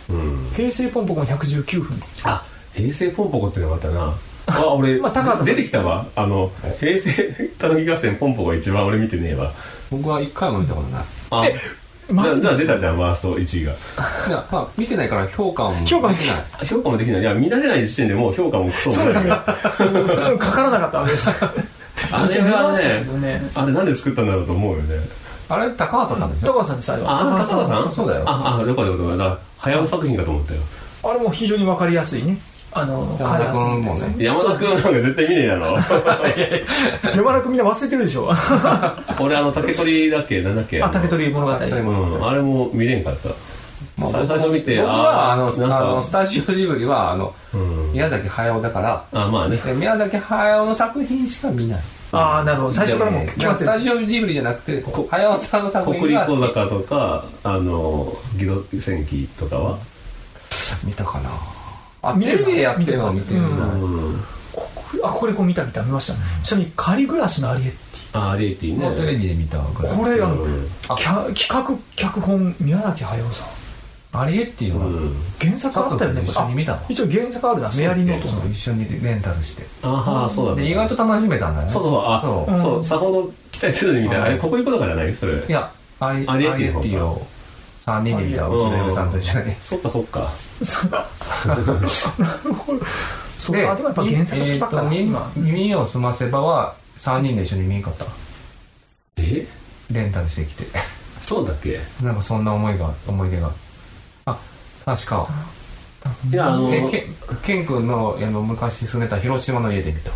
Speaker 4: 分
Speaker 2: うん
Speaker 4: 平成ポンポコも119分
Speaker 2: あ平成ポンポコってのがあったなあ俺、
Speaker 4: まあ高畑さん
Speaker 2: 出てきたわあの平成たぬき合戦ポンポコが一番俺見てねえわ
Speaker 3: 僕は1回も見たことない
Speaker 2: あ
Speaker 4: マジ
Speaker 2: だ
Speaker 4: で
Speaker 2: だから出たじゃんワースト1位が
Speaker 3: いやまあ見てないから評価も
Speaker 4: 評価も
Speaker 3: できない
Speaker 2: あ評価もできないいや見られない時点でもう評価もクソもない
Speaker 4: うんそれもかからなかったわけです
Speaker 2: あれはね
Speaker 4: ね
Speaker 2: あれなんで作ったんだろうと思うよね
Speaker 3: あれ高畑さんでしょ
Speaker 4: 高橋さんですあれは
Speaker 2: あ、高田さん
Speaker 3: そうだよ
Speaker 2: あ、あ、よかったよかった。だから早尾作品かと思ったよ。
Speaker 4: あれも非常にわかりやすいねあの
Speaker 3: 山田君もね
Speaker 4: 開発みたい
Speaker 2: 山田君なんか絶対見ねえやろ。
Speaker 4: ですね山田君みんな忘れてるでし ょあ
Speaker 2: 俺あの、竹取だっけなんだっけ
Speaker 4: 竹取物語
Speaker 2: うん、あれも見れんかった。
Speaker 3: まあ
Speaker 2: 最最初見て、
Speaker 3: 僕はあの
Speaker 2: なん
Speaker 3: あのス
Speaker 2: か、
Speaker 3: タジオジブリはあの、
Speaker 2: うん
Speaker 3: 宮崎駿だから
Speaker 2: あ、まあね。
Speaker 3: で宮崎駿の作品しか見ない
Speaker 4: ああなるほど最初からもう
Speaker 3: で
Speaker 4: 決
Speaker 3: ま
Speaker 4: ま
Speaker 3: あ
Speaker 4: って
Speaker 3: ス
Speaker 4: る
Speaker 3: タジオジブリじゃなくてこ駿さんの作
Speaker 2: 国
Speaker 3: 品が
Speaker 2: 立小坂とか、あの、ギド戦記とかは。
Speaker 3: 見たかなあ
Speaker 4: 見
Speaker 3: テ
Speaker 4: て
Speaker 3: レ
Speaker 4: る
Speaker 3: ビでやってるのは見てる
Speaker 4: 見て
Speaker 2: う。
Speaker 4: ま
Speaker 3: なん
Speaker 4: あこれこう見た見た見ましたちなみに仮暮らしのアリエッテ
Speaker 2: あ、リエティ
Speaker 3: もうテレ
Speaker 2: ね。
Speaker 3: ビで見たぐら
Speaker 4: ィ
Speaker 3: い
Speaker 4: これあの
Speaker 2: うん
Speaker 4: きゃ企画脚本宮崎駿さん
Speaker 3: あれっていう
Speaker 2: う
Speaker 3: のは
Speaker 2: ん。
Speaker 4: 原作あったよね
Speaker 3: 佐藤君と一緒に見たの
Speaker 4: あ一応原作あるなメアリーノート
Speaker 3: そう
Speaker 4: さ
Speaker 3: そう一緒にレンタルして
Speaker 2: あは、そうだね。
Speaker 3: で意外と楽しめたんだよね
Speaker 2: そうそうそう、
Speaker 3: そ
Speaker 2: あ、
Speaker 4: う
Speaker 2: そう、さほど期待せずにみたいな。あれ、国立小坂じゃないそれ。
Speaker 3: いやアリ
Speaker 2: ア
Speaker 3: ア
Speaker 2: リエ
Speaker 3: リエ
Speaker 2: ッティ
Speaker 3: ッティを3人で見たうちの嫁さんと一緒に
Speaker 2: そっかそっか。
Speaker 4: そうだ なるほどそう
Speaker 3: で
Speaker 4: あでもやっぱ原作好きばっかだ
Speaker 3: え
Speaker 4: な
Speaker 3: ーと
Speaker 4: 今
Speaker 3: 耳耳をすませばは3人で一緒に見んかった
Speaker 2: え
Speaker 3: レンタルしてき て
Speaker 2: そうだっけ
Speaker 3: なんかそんな思いが思い出があ確か
Speaker 2: いや、あの、
Speaker 3: えけケン君のあの昔住んでた広島の家で見た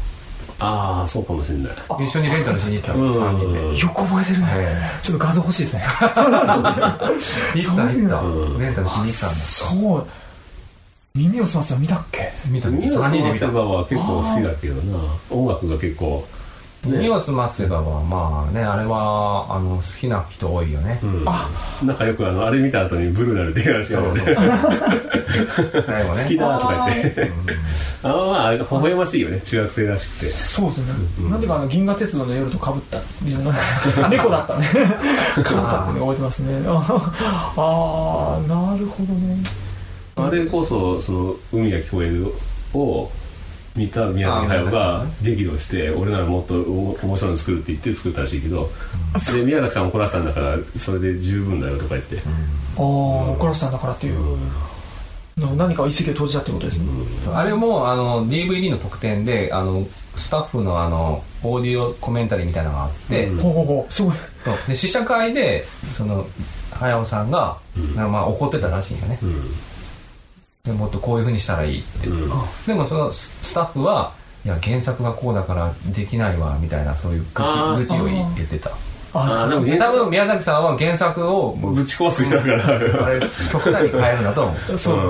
Speaker 2: ああそうかもしれない
Speaker 4: あ
Speaker 3: 一緒にレンタルしに行った
Speaker 2: うん
Speaker 3: 3人で
Speaker 2: うん
Speaker 4: よく覚えてるね
Speaker 3: え
Speaker 4: ちょっと画像欲しいですね
Speaker 3: え行った行った、
Speaker 2: うん
Speaker 3: レンタルしに行ったんだ
Speaker 4: そう耳をすませば見たっけ
Speaker 3: 見た
Speaker 2: ニュース
Speaker 3: 三
Speaker 2: に
Speaker 3: 人で
Speaker 2: 見
Speaker 3: 見
Speaker 2: せ
Speaker 3: た
Speaker 2: ばは結構好きだけどな音楽が結構
Speaker 3: 耳をすませばはまあねあれはあの好きな人多いよね、
Speaker 2: うん、なんかよくあのあれ見た後にブルなるって言われてたので
Speaker 3: 最後
Speaker 2: 好
Speaker 3: ね
Speaker 2: きだとか言ってああまあ微笑ましいよね中学生らしくて
Speaker 4: そうですね、なんでかあの銀河鉄道の夜とかぶった自分の猫だったねかぶったってね覚えてますねあ あーなるほどね
Speaker 2: あれこそその「海が聞こえる」を見た宮崎駿が激怒して俺ならもっとお面白いの作るって言って作ったらしいけどで宮崎さん怒らせたんだからそれで十分だよとか言って
Speaker 4: ああ怒らせたんだからっていうの何かを一石を投じたってことですね
Speaker 3: あれもあの DVD の特典であのスタッフのあのオーディオコメンタリーみたいなのがあって、
Speaker 2: うん
Speaker 4: ほうほうほうすごい
Speaker 3: そうで試写会でその早尾さんが、まあ、怒ってたらしいよね、
Speaker 2: うん
Speaker 3: でもっとこういうふうにしたらいいって、
Speaker 2: うん
Speaker 3: でもそのススタッフはいや原作がこうだからできないわみたいなそういう愚
Speaker 2: あー
Speaker 3: 痴愚痴を言言ってた
Speaker 2: ああでも原
Speaker 3: 多
Speaker 2: 作
Speaker 3: 分宮崎さんは原作をもう
Speaker 2: ぶち壊す人だから
Speaker 3: あれ極端に変えるんだと思う
Speaker 4: そうだね、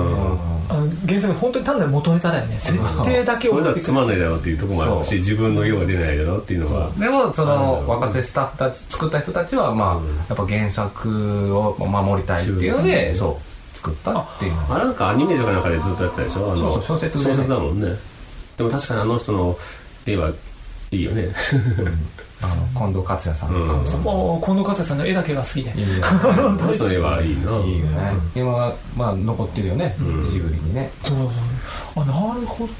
Speaker 4: あの原作本当に単なる元ネタだよね設定だけ
Speaker 2: それじ
Speaker 4: 送
Speaker 2: ゃ
Speaker 4: って
Speaker 2: つ
Speaker 4: くる
Speaker 2: まんないだろうっていうところもあるし
Speaker 3: そう
Speaker 2: 自分の色が出ないだろうっていうのが
Speaker 3: でもそ
Speaker 2: うん
Speaker 3: の若手スタッフたち作った人たちはまあ
Speaker 2: うん
Speaker 3: やっぱ原作を守りたいっていうの
Speaker 2: うん
Speaker 3: でそう作ったっていう
Speaker 2: あれなんかアニメーションかなんかでずっとやってたでしょあの
Speaker 3: そうそう小説でね
Speaker 2: だもんねでも確かにあの人の絵はいいよ ね
Speaker 3: あの近藤克也さん
Speaker 2: うん
Speaker 3: 近藤さん
Speaker 4: もう近藤克也さんの絵だけが好きで
Speaker 3: いいよね
Speaker 2: あの人の絵はいいない
Speaker 3: いよね今はまあ残ってるよね
Speaker 2: ん
Speaker 3: ジブリにね
Speaker 4: そうあなるほど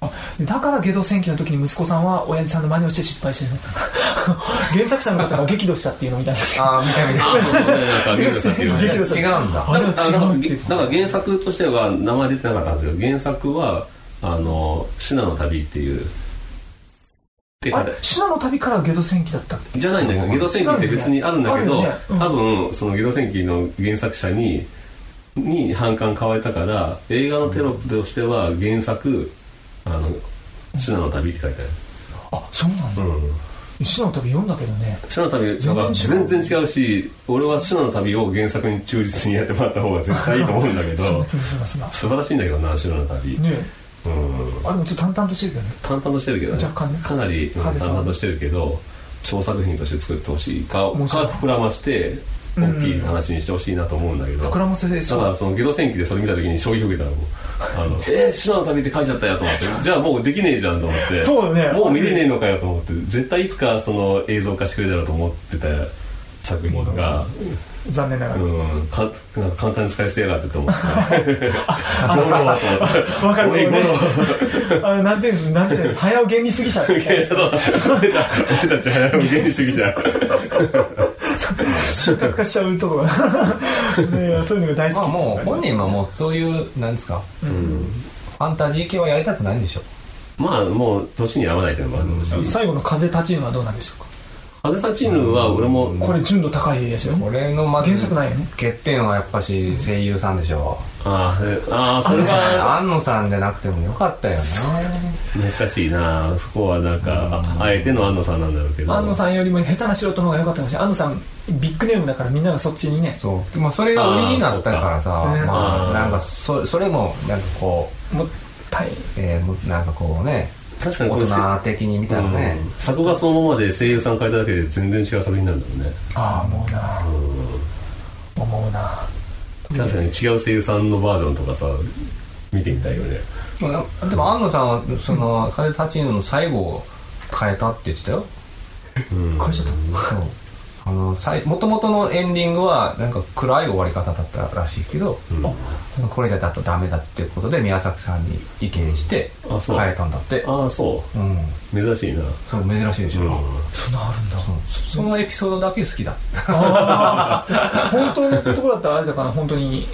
Speaker 4: あだからゲド戦記の時に息子さんは親父さんの真似をして失敗してしまった 原作者の方が激怒したっていうのみたいな
Speaker 3: ああ見た見
Speaker 2: あ
Speaker 3: た
Speaker 2: あそうそうねなんかゲルさんっていうのね
Speaker 4: 激
Speaker 3: 違
Speaker 4: 怒した
Speaker 3: うんだ
Speaker 4: あれは違うって
Speaker 2: だから原作としては名前出てなかったんですよ原作は「あのシナの旅」っていうで
Speaker 4: あれ信濃の旅からゲド戦記だったっけ
Speaker 2: じゃないんだけどゲド戦記って別にあるんだけど、
Speaker 4: 違うよねうん
Speaker 2: 多分そのゲド戦記の原作者にに反感買われたから映画のテロップとしては原作「あのシナの旅」って書いて
Speaker 4: あそうなん
Speaker 2: あ
Speaker 4: だ
Speaker 2: る、うん、
Speaker 4: 信濃の旅読んだけどね
Speaker 2: シナの旅は全然違うし俺はシナの旅を原作に忠実にやってもらった方が絶対いいと思うんだけ
Speaker 4: そん
Speaker 2: ど
Speaker 4: な気もしますな
Speaker 2: 素晴らしいんだけどなシナの旅、
Speaker 4: ね
Speaker 2: うん
Speaker 4: あれもちょっと淡々としてるけどね
Speaker 2: 淡々としてるけどね
Speaker 4: 若干ね
Speaker 2: かなりうん
Speaker 4: 派
Speaker 2: 淡
Speaker 4: 手さ
Speaker 2: 々としてるけど小作品として作ってほしいかか
Speaker 4: 面白い
Speaker 2: 膨らまして
Speaker 4: うん
Speaker 2: 大きい話にしてほしいなと思うんだけど、
Speaker 4: 膨らませて
Speaker 2: ただそのゲド戦記でそれ見た時に衝撃を受けたのあ のえー、白の旅って書いちゃったよと思ってじゃあもうできねえじゃんと思って
Speaker 4: そうだよね
Speaker 2: もう見れねえのかよと思って絶対いつかその映像化してくれたらと思ってた作品が、
Speaker 4: 残念なが
Speaker 2: う
Speaker 4: ら
Speaker 2: ん、かなんか簡単に使い捨てやがってと思 って ゴローと思って
Speaker 4: わかる
Speaker 2: おいゴロー
Speaker 4: あのなんていうんですなんていうん です早尾原理主義者みたいな
Speaker 2: 俺たち早く原理主義じゃん
Speaker 4: 収穫化しちゃうとこが ねそういうのが大好
Speaker 3: ま
Speaker 4: き
Speaker 3: あもう本人はもうそういうなんですかファンタジー系はやりたくないんでしょ
Speaker 2: まあもう年に合わないっていうのもあるのし
Speaker 4: 最後の風立ちぬはどうなんでしょうか
Speaker 2: 風さチームは俺も
Speaker 4: これ純度高いですよ
Speaker 3: 俺のまず
Speaker 4: 原作ないよね
Speaker 3: 欠点はやっぱし声優さんでしょ
Speaker 2: あーえあーそれは
Speaker 3: 安野さんじゃなくてもよかったよね
Speaker 2: 難しいなそこはなんかああえての安野さんなんだろうけど
Speaker 4: 安野さんよりも下手な素人の方が良かったかもしれない安野さんビッグネームだからみんながそっちにね
Speaker 3: そうまあそれが売りになったからさ
Speaker 4: あーそうか
Speaker 3: ま
Speaker 2: う
Speaker 3: あ
Speaker 2: ん
Speaker 3: なんかそそれもなんかこ、
Speaker 4: もったいう
Speaker 3: えーもうなんかこうね
Speaker 2: 確かにこ
Speaker 3: 大
Speaker 2: れ
Speaker 3: 人的に見たらね
Speaker 2: うん作画そのままで声優さん変えただけで全然違う作品なんだもんね
Speaker 4: ああもうな思うな
Speaker 2: 確かに違う声優さんのバージョンとかさ見てみたいよね
Speaker 3: でもでも安野さんはその「風立ちぬ」の最後を変えたって言ってたよ
Speaker 2: うん
Speaker 4: 会社だ
Speaker 3: そうあのさい元々のエンディングはなんか暗い終わり方だったらしいけど、
Speaker 2: ん
Speaker 3: これじゃだとダメだっていうことで宮崎さんに意見して
Speaker 2: あそう
Speaker 3: 変えたんだって
Speaker 2: ああそ
Speaker 3: うん
Speaker 2: う珍しいな
Speaker 3: それ珍しいでしょ、
Speaker 2: うん
Speaker 4: そんなあるんだ
Speaker 3: そのエピソードだけ好きだ
Speaker 4: 本当のところだったらあれだから本当に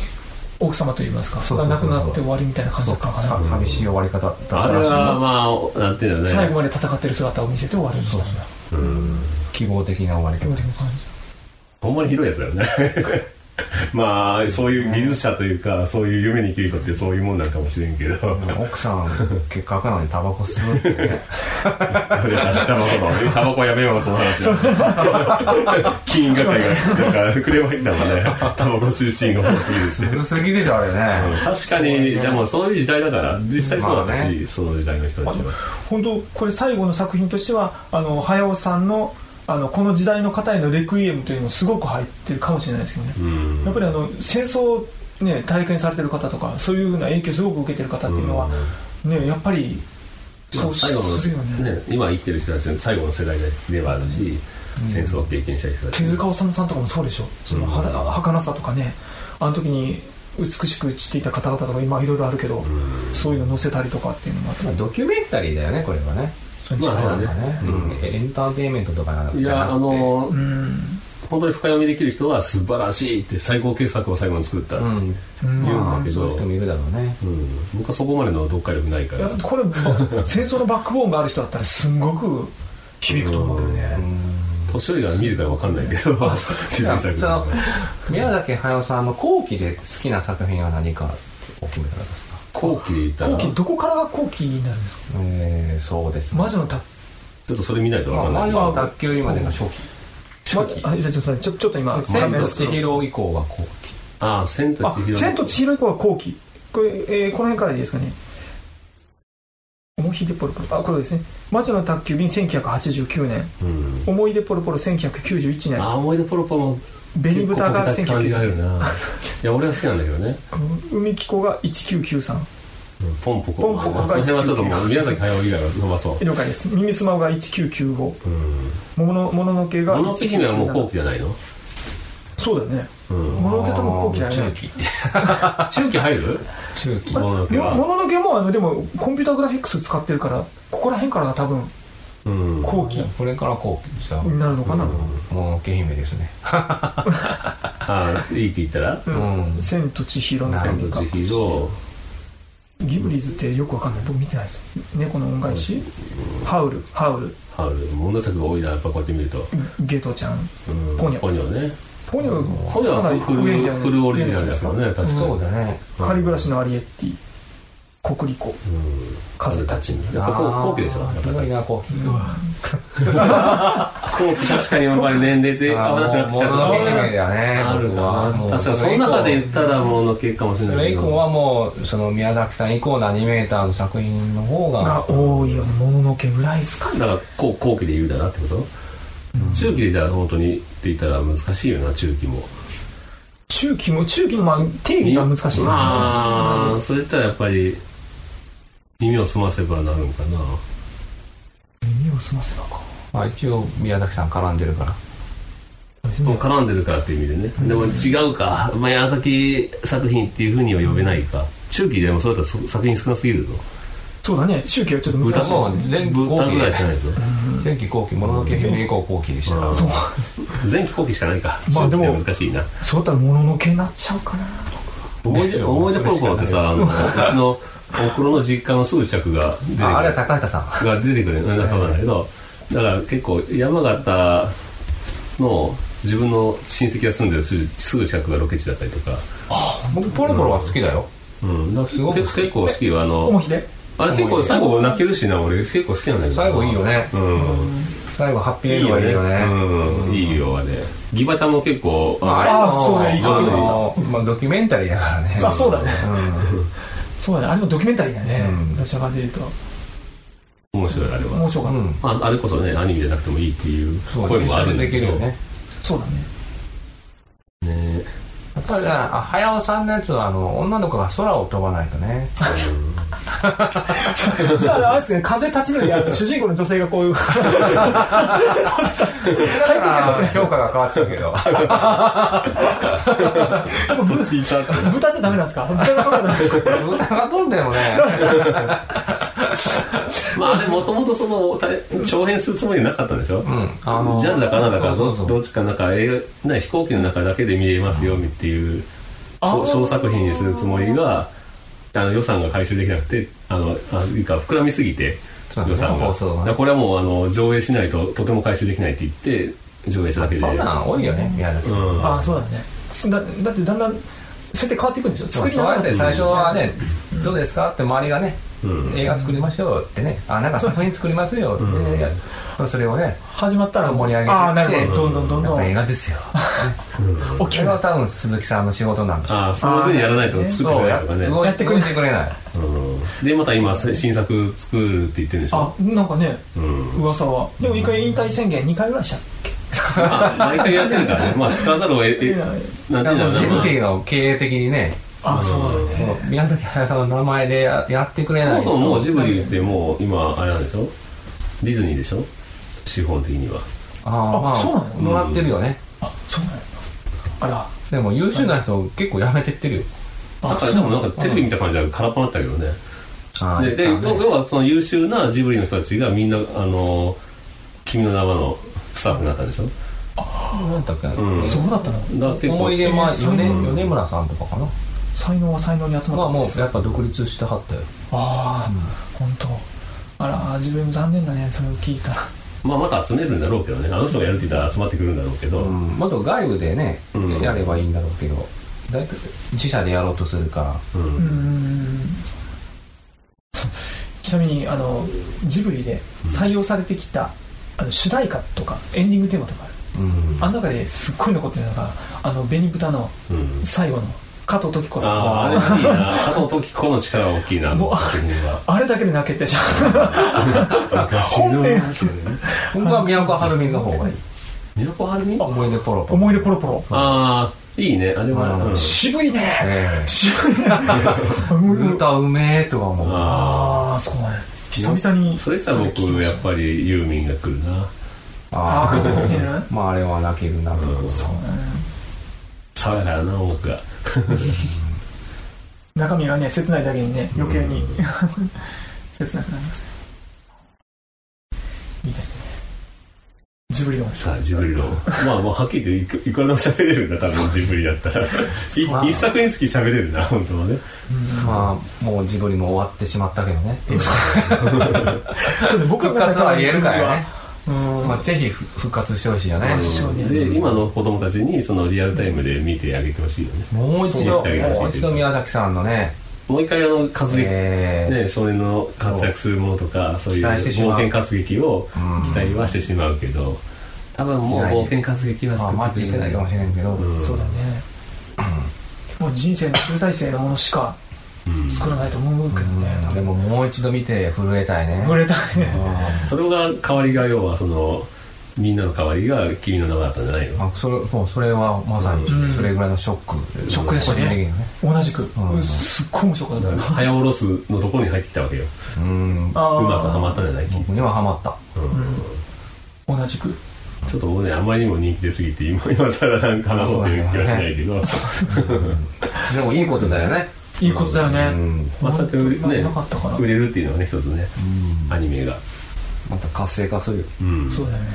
Speaker 4: 奥様といいますか
Speaker 3: そうそうそう
Speaker 4: 亡くなって終わりみたいな感じだったのかな
Speaker 3: さ寂しい終わり方だった
Speaker 2: あれ
Speaker 3: らしい
Speaker 2: は
Speaker 3: よ
Speaker 2: まあなんていうのね
Speaker 4: 最後まで戦ってる姿を見せて終わりましたね
Speaker 2: うん
Speaker 3: 希望的な終わり
Speaker 4: 今
Speaker 3: 方
Speaker 4: 日の感じ
Speaker 2: ほんまに広いやつだよね まあそういう技術者というかそういう夢に生きる人ってそういうもんなんかもしれんけど
Speaker 3: 奥さん結果なのにタバコ吸うってね
Speaker 2: タバコのタバコやめようその話 金銀係がなんかクレーム入ったもんね タバコ吸うシーンが多すぎるって
Speaker 3: 古すぎでしょあれね、
Speaker 2: 確かにでもそういう時代だから実際そうだったし、
Speaker 3: まあね
Speaker 2: その時代の人たちは
Speaker 4: 本当これ最後の作品としてはあの早尾さんのあのこの時代の方へのレクイエムというのもすごく入ってるかもしれないですけどね、
Speaker 2: うん
Speaker 4: やっぱりあの戦争を、ね、体験されてる方とかそういうふうな影響をすごく受けてる方っていうのは、ね、やっぱり
Speaker 2: ま
Speaker 4: そう
Speaker 2: あ
Speaker 4: す
Speaker 2: 最後の
Speaker 4: るよね
Speaker 2: ね今生きてる人たちの最後の世代ではあるし、戦争を経験した人たち
Speaker 4: 手塚治虫さんとかもそうでしょその肌
Speaker 2: うん
Speaker 4: 儚さとかねあの時に美しく散っていた方々とか今いろいろあるけど、そういうの載せたりとかっていうのもあって、
Speaker 3: ドキュメンタリーだよねこれはね
Speaker 4: そういう
Speaker 2: まあ
Speaker 4: 力が
Speaker 2: そうだね
Speaker 3: うんエンターテインメントとかじゃなくて
Speaker 2: いやあの
Speaker 4: うん
Speaker 2: 本当に深読みできる人は素晴らしいって最高傑作を最後に作った、う
Speaker 3: うんん
Speaker 4: うん
Speaker 2: 言う
Speaker 3: ま
Speaker 2: んだ
Speaker 3: あ
Speaker 2: けど
Speaker 3: そういう人もいるだろうね
Speaker 2: 僕はそこまでの読解力ないか
Speaker 4: いや
Speaker 2: ら
Speaker 4: これ戦争のバックボーンがある人だったらすんごく響くと思うけどね
Speaker 2: 年寄りが見るから分かんないけど 自分
Speaker 3: じゃあ
Speaker 2: 作
Speaker 3: その宮崎駿さんの後期で好きな作品は何かお決めかな確か
Speaker 2: 後期で言ったら
Speaker 4: 後
Speaker 2: ち
Speaker 4: 期どこからが後期になるんですか
Speaker 3: えー、そうです
Speaker 4: 魔女のた
Speaker 2: ょっとそれ見ないとわ
Speaker 3: まあ、
Speaker 2: かんない、
Speaker 3: 魔女の卓球今でが初期
Speaker 4: ま
Speaker 3: 初期
Speaker 4: あじゃあちょっと待ってちょちょっと
Speaker 3: 「
Speaker 4: 今
Speaker 3: 千と千
Speaker 4: 画面を
Speaker 3: 尋」以降は後期
Speaker 2: ああ千と
Speaker 4: あ
Speaker 2: 千尋
Speaker 4: 千と千尋以降は後期これ、えーこの辺からでいいですかね思い出ポロポロあこれですね魔女の宅急便1989年
Speaker 2: うん
Speaker 4: 思い出ポロポロ1991年
Speaker 2: ああ思い出ポロポロも
Speaker 4: 紅豚が
Speaker 2: 結構こけた感じがある
Speaker 4: 1993
Speaker 2: ないや俺は好きなんだけどね
Speaker 4: 海紀子が1993
Speaker 2: うんポンポコ
Speaker 4: ポンポコ
Speaker 2: まあその辺はちょっともう宮崎駿以外は伸ばそう
Speaker 4: 了解です耳すまが1995も
Speaker 2: うん
Speaker 4: のもののけが
Speaker 2: 物的にはもう後
Speaker 4: 期
Speaker 2: 期じゃないの
Speaker 4: そうだね
Speaker 2: うん
Speaker 4: もののけとも後期だよ
Speaker 3: 中
Speaker 4: ね
Speaker 3: 期
Speaker 2: 中期入る
Speaker 3: 中期
Speaker 2: もののけ
Speaker 4: も
Speaker 2: は
Speaker 4: ののけもあのでもコンピューターグラフィックス使ってるからここら辺からが多分
Speaker 2: うん
Speaker 4: 後期
Speaker 3: これから後期じゃあ
Speaker 4: になるのかな、
Speaker 3: もう、け姫ですね。
Speaker 2: ああいいって言ったら
Speaker 4: うん
Speaker 3: うん
Speaker 4: 千と千尋の
Speaker 2: 千
Speaker 4: 神隠
Speaker 2: と
Speaker 4: し
Speaker 2: 千尋
Speaker 4: ギブリーズってよくわかんない僕見てないです猫の恩返しハウルハウル
Speaker 2: ハウル物作が多いなやっぱこうやって見ると
Speaker 4: ゲトちゃん
Speaker 2: うん
Speaker 4: ポニョ
Speaker 2: ポニョね
Speaker 4: ポニョ
Speaker 2: ポニョはフル
Speaker 4: 上じゃない
Speaker 2: フルオリジナルですからね確かに
Speaker 3: そうだね。
Speaker 4: カリブラシのアリエッティコクリコ
Speaker 2: うん
Speaker 4: 風たちに
Speaker 2: やっぱ後期でしょ
Speaker 3: あ
Speaker 2: やっ
Speaker 3: ーひど
Speaker 2: ぱ
Speaker 3: い
Speaker 2: り
Speaker 3: な、後期。
Speaker 2: 後期確かにやっぱり年齢で合わなくなってきたと
Speaker 3: もう
Speaker 2: ころ
Speaker 3: もののけ姫
Speaker 2: が
Speaker 3: だね。
Speaker 2: ある
Speaker 3: わ
Speaker 2: な確かにその中で言ったらもののけかもしれ
Speaker 3: そ
Speaker 2: ないけ
Speaker 3: れ以
Speaker 2: ど
Speaker 3: 降はもう、その宮崎さん以降のアニメーターの作品の方が
Speaker 4: が、多いよねもののけぐらいですか
Speaker 2: だから後後期で言うだなってこと中期でじゃあ本当にって言ったら難しいよな中期も
Speaker 4: 中期も中期のまあ定義が難しいな
Speaker 2: まあそれったらやっぱり耳を澄ませばなるんかな
Speaker 4: 耳を澄ませばか
Speaker 3: まあ一応宮崎さん絡んでるから。
Speaker 2: もう絡んでるからっていう意味でね、でも違うか宮崎作品っていうふうには呼べないか中期でもそうだったらそ作品少なすぎるぞ
Speaker 4: そうだね中期はちょっと難しいです
Speaker 3: もう
Speaker 4: ね
Speaker 3: 前期
Speaker 2: 分
Speaker 3: 後
Speaker 2: 担
Speaker 3: 期
Speaker 2: ぐらいしかないぞ
Speaker 3: 前期後期、もののけ姫以降後期でしたから。
Speaker 2: そう前期後期しかないか
Speaker 4: まあでも
Speaker 2: 中期は難しいな
Speaker 4: そうだったらもののけになっちゃうかな
Speaker 2: 思い出思い出ポロポロってさあのうちのお黒の実家のすぐ近くが出てくる
Speaker 3: ああれは高畑さん。
Speaker 2: が出てくるうんそうなんだけどだから結構山形の自分の親戚が住んでるすぐすぐ近くがロケ地だったりとか,、
Speaker 3: 僕、ポロポロは好きだよ。
Speaker 2: うん、だから
Speaker 3: すごく好き
Speaker 2: 結結構好きよあ
Speaker 4: 重
Speaker 2: の
Speaker 4: ひで
Speaker 2: あれ結構最後泣けるしな俺結構好きなんだけどな
Speaker 3: 最後いいよね。
Speaker 2: うん
Speaker 3: 最後、ハッピー
Speaker 2: い
Speaker 3: エ
Speaker 2: い
Speaker 3: ン
Speaker 2: よ
Speaker 3: ドがい
Speaker 2: ね
Speaker 3: いよね。
Speaker 2: うん、いいよあれギバちゃんも結構
Speaker 3: まあ
Speaker 2: あ
Speaker 3: あ
Speaker 2: れ
Speaker 3: れ
Speaker 4: あーそうね
Speaker 3: は、
Speaker 4: いい
Speaker 3: あの、まあドキュメンタリーだからね。
Speaker 4: あそうだね
Speaker 3: うん
Speaker 4: そうだねあれもドキュメンタリーだね
Speaker 3: うん
Speaker 4: 私は感じで言う
Speaker 2: 面白いあれ
Speaker 4: と
Speaker 2: は、
Speaker 4: 面白かった
Speaker 3: うん、
Speaker 2: まあ、あれこそねアニメじゃなくてもいいっていう
Speaker 3: そう
Speaker 2: 声もあるんだ
Speaker 3: でき
Speaker 2: け
Speaker 3: る
Speaker 2: ど
Speaker 3: よね
Speaker 4: そうだね
Speaker 2: ね
Speaker 3: やっぱりねあ早尾さんのやつはあの女の子が空を飛ばないとね
Speaker 4: じゃあ、あれですね、風立ちぬり、あ の主人公の女性がこう いう、
Speaker 3: 最高ですよね評価が変わってたけど
Speaker 4: 豚じゃダメなんですか豚がダメなんですか
Speaker 3: 豚が飛ん でもね
Speaker 2: まああれもともとその大長編するつもりなかったんでしょ、
Speaker 3: うんあの
Speaker 2: ジャンだかなんだか
Speaker 3: そ
Speaker 2: ど
Speaker 3: うそうそう
Speaker 2: どっちかなんか映画ね飛行機の中だけで見れますよっていう小小作品にするつもりがあの予算が回収できなくてあのあいうか膨らみすぎて
Speaker 3: そうだね
Speaker 2: 予算が
Speaker 3: 放送がね
Speaker 2: だからこれはもうあの上映しないととても回収できないって言って上映しただけで
Speaker 3: そんなん多いよね宮崎
Speaker 2: う
Speaker 3: さん、
Speaker 2: ん
Speaker 4: ああ、そうだね。だだって、だんだん、設定変わっていくんでしょ
Speaker 3: そ
Speaker 4: 作
Speaker 3: う
Speaker 4: り
Speaker 3: そう
Speaker 4: な
Speaker 3: や
Speaker 4: が
Speaker 3: っ
Speaker 4: ら
Speaker 3: て
Speaker 4: だ
Speaker 3: 最初はね、どうですかって周りがね、
Speaker 2: うん
Speaker 3: 映画作りましょうってねあなんか作品作りますよって、
Speaker 2: ん
Speaker 3: いやそれをね
Speaker 4: 始まったら
Speaker 3: 盛り上げて
Speaker 4: ああ、なるほど。どんどんどん
Speaker 3: やっ
Speaker 4: ど
Speaker 3: ぱ
Speaker 4: ん。
Speaker 3: 映画ですよ
Speaker 4: 大き
Speaker 3: それ
Speaker 4: くな
Speaker 3: は
Speaker 4: っ
Speaker 3: 多分鈴木さんの仕事なんでしょ
Speaker 2: ああそういうふうにやらないと作ってく
Speaker 3: そう
Speaker 2: れな
Speaker 3: や
Speaker 2: いとかね
Speaker 3: 動いてくれない
Speaker 2: うんでまた今新作作るって言ってるんでしょ
Speaker 4: あ、なんかね、
Speaker 2: うん
Speaker 4: 噂は。でも一回引退宣言2回ぐらいした。
Speaker 2: まあ毎回やってるからねまあ使わざるを得てなんて言うんだろ
Speaker 3: あ
Speaker 2: う
Speaker 3: の
Speaker 2: な
Speaker 3: ジ
Speaker 2: ま
Speaker 3: ブ
Speaker 2: あ
Speaker 3: リの経営的にね、
Speaker 4: あ、そうだ
Speaker 3: この
Speaker 4: ね。
Speaker 3: 宮崎駿さんの名前でややってくれ
Speaker 2: そ
Speaker 3: ない
Speaker 2: も
Speaker 3: と
Speaker 2: そももうジブリってもう今あれなんでしょディズニーでしょ資本的には
Speaker 3: ああ
Speaker 4: あ
Speaker 3: まあ
Speaker 4: そうなの
Speaker 3: もらってるよね、
Speaker 4: あ、そうなんだ。あら。
Speaker 3: でも優秀な人結構やめてってるよ
Speaker 2: だからでもなんかテレビ見た感じは空っぽだったけどね
Speaker 3: あ
Speaker 2: でで要要はその優秀なジブリの人たちがみんなあの君の名はのスタッフになったんでしょ
Speaker 3: なんだっけな、
Speaker 2: うん
Speaker 4: そうだったの
Speaker 2: だから結構
Speaker 3: 思い出もあ
Speaker 4: えー
Speaker 3: 米
Speaker 4: そう
Speaker 3: 米村さんとかかな
Speaker 4: 才能は才能に集
Speaker 3: ま
Speaker 4: ま
Speaker 3: あ
Speaker 4: った。
Speaker 3: もうやっぱ独立してはったよ
Speaker 4: ああ、本当。あら、自分残念だね、それを聞いたら。
Speaker 2: まあまた集めるんだろうけどねあの人がやるって言ったら集まってくるんだろうけど、
Speaker 3: もっと外部でね、
Speaker 2: うん
Speaker 3: やればいいんだろうけど大体自社でやろうとするから
Speaker 2: うん
Speaker 4: うんうんうんちなみにあのジブリで採用されてきた、あの主題歌とかエンディングテーマとかある
Speaker 3: うん
Speaker 4: あの中ですっごい残ってるのがあの紅豚の
Speaker 2: うん
Speaker 4: 最後の加藤時子さん
Speaker 2: あああれ
Speaker 4: の
Speaker 2: がいいな加藤時子の力は大きいな
Speaker 4: もう
Speaker 2: 僕に は
Speaker 4: あれだけで泣けてじゃん本編
Speaker 3: 僕は宮古晴美の方がいい
Speaker 2: 宮古晴美
Speaker 3: 思い出ポロポロ
Speaker 4: 思い出ポロポロ
Speaker 2: ああいいねあれは、
Speaker 3: うん
Speaker 2: うん
Speaker 4: 渋いね
Speaker 3: え
Speaker 4: 渋いね
Speaker 3: え歌うめえとは思う
Speaker 2: あ
Speaker 4: ああそうね久々に
Speaker 2: あそれ言ったら僕やっぱりユーミンが来るな
Speaker 4: あ
Speaker 3: あ
Speaker 4: あ そうね
Speaker 3: あまああれは泣けるな
Speaker 4: そうね
Speaker 2: 爽やかやな音楽が
Speaker 4: 中身がね切ないだけにね余計に切なくなりますねいいですねジブリド ンです
Speaker 2: さあジブリのまあもうはっきり言っていくいくらでも喋れるんだ多分ジブリだったら
Speaker 3: う
Speaker 2: い一作につき喋れるな本当はね
Speaker 3: まあもうジブリも終わってしまったけどね
Speaker 4: そうです僕
Speaker 3: 復活は言えるからね、
Speaker 4: ジブリはうん
Speaker 3: まあ、ぜひ復活してほしいよね
Speaker 4: そうね
Speaker 2: で今の子供たちにそのリアルタイムで見てあげてほしいよね
Speaker 3: もう一
Speaker 2: そう
Speaker 3: 度
Speaker 2: ですね
Speaker 3: もう一度宮崎さんのね、
Speaker 2: もう一回あの活劇、
Speaker 3: えー
Speaker 2: ね、少年の活躍するものとかそういう
Speaker 3: 期待してしま
Speaker 2: 冒
Speaker 3: う
Speaker 2: 険活劇を
Speaker 3: うん
Speaker 2: 期待はしてしまうけど多分もう冒険活劇は
Speaker 3: まあ、マッチしてないかもしれないけど、
Speaker 2: うん
Speaker 4: そうだねもう人生の集大成のものしか
Speaker 2: うん
Speaker 4: 作らないと思うけどね
Speaker 3: うんでももう一度見て震えたいね
Speaker 4: 触れたね
Speaker 3: あ
Speaker 2: それが代わりが要はそのみんなの代わりが君の名前だったんじゃないの
Speaker 3: あそれもうそれはまさに
Speaker 4: うん
Speaker 3: それぐらいのショック
Speaker 4: ショックでしたね
Speaker 3: 個人的には
Speaker 4: 同じく
Speaker 3: うん
Speaker 4: すっごい面白かったよ
Speaker 2: 早おろすのところに入ってきたわけよ
Speaker 3: うん
Speaker 4: あ
Speaker 2: う
Speaker 4: ー
Speaker 2: まくはまったんじゃない
Speaker 3: 僕にはハマった
Speaker 4: 同じく
Speaker 2: ちょっと僕ねあまりにも人気出すぎて今今更なんか話そうっていう気はしないけど、
Speaker 3: でもいいことだよね
Speaker 4: いいことだよ
Speaker 3: う
Speaker 4: ね
Speaker 3: ん
Speaker 2: まあそうやって売れ
Speaker 4: まあ
Speaker 2: ね
Speaker 4: なかったから
Speaker 2: 売れるっていうのはね一つねアニメが
Speaker 3: また活性化するよ
Speaker 2: うん
Speaker 4: そうだよね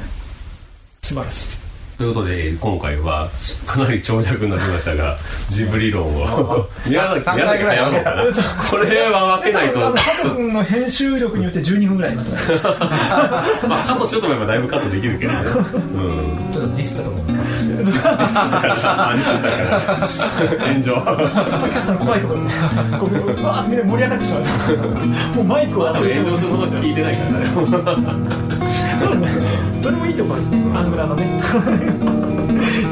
Speaker 4: 素晴らしい
Speaker 2: ということで今回はかなり長尺になりましたがジブリ論を宮崎
Speaker 3: 三回ぐらい
Speaker 2: 宮崎早かったなこれは分け ないと
Speaker 4: 多分の編集力によって12分ぐらいになったね
Speaker 2: まあカットしようと思えばだいぶカットできるけどねうん
Speaker 3: ちょっとディスったと思う
Speaker 2: だからさ何するんだから炎上
Speaker 4: ポッドキャストの怖いところですねここうわーって盛り上がってしまったもうマイクを
Speaker 2: まあ多
Speaker 4: 忘
Speaker 2: 分
Speaker 4: れて
Speaker 2: 炎上するほど聞いてないから ね
Speaker 4: そうですねそれもいいところですねアングラのねい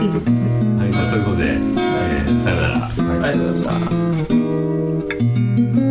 Speaker 4: いとこ
Speaker 2: はいじゃあそういうことで、えーさよなら
Speaker 4: ありがとうございました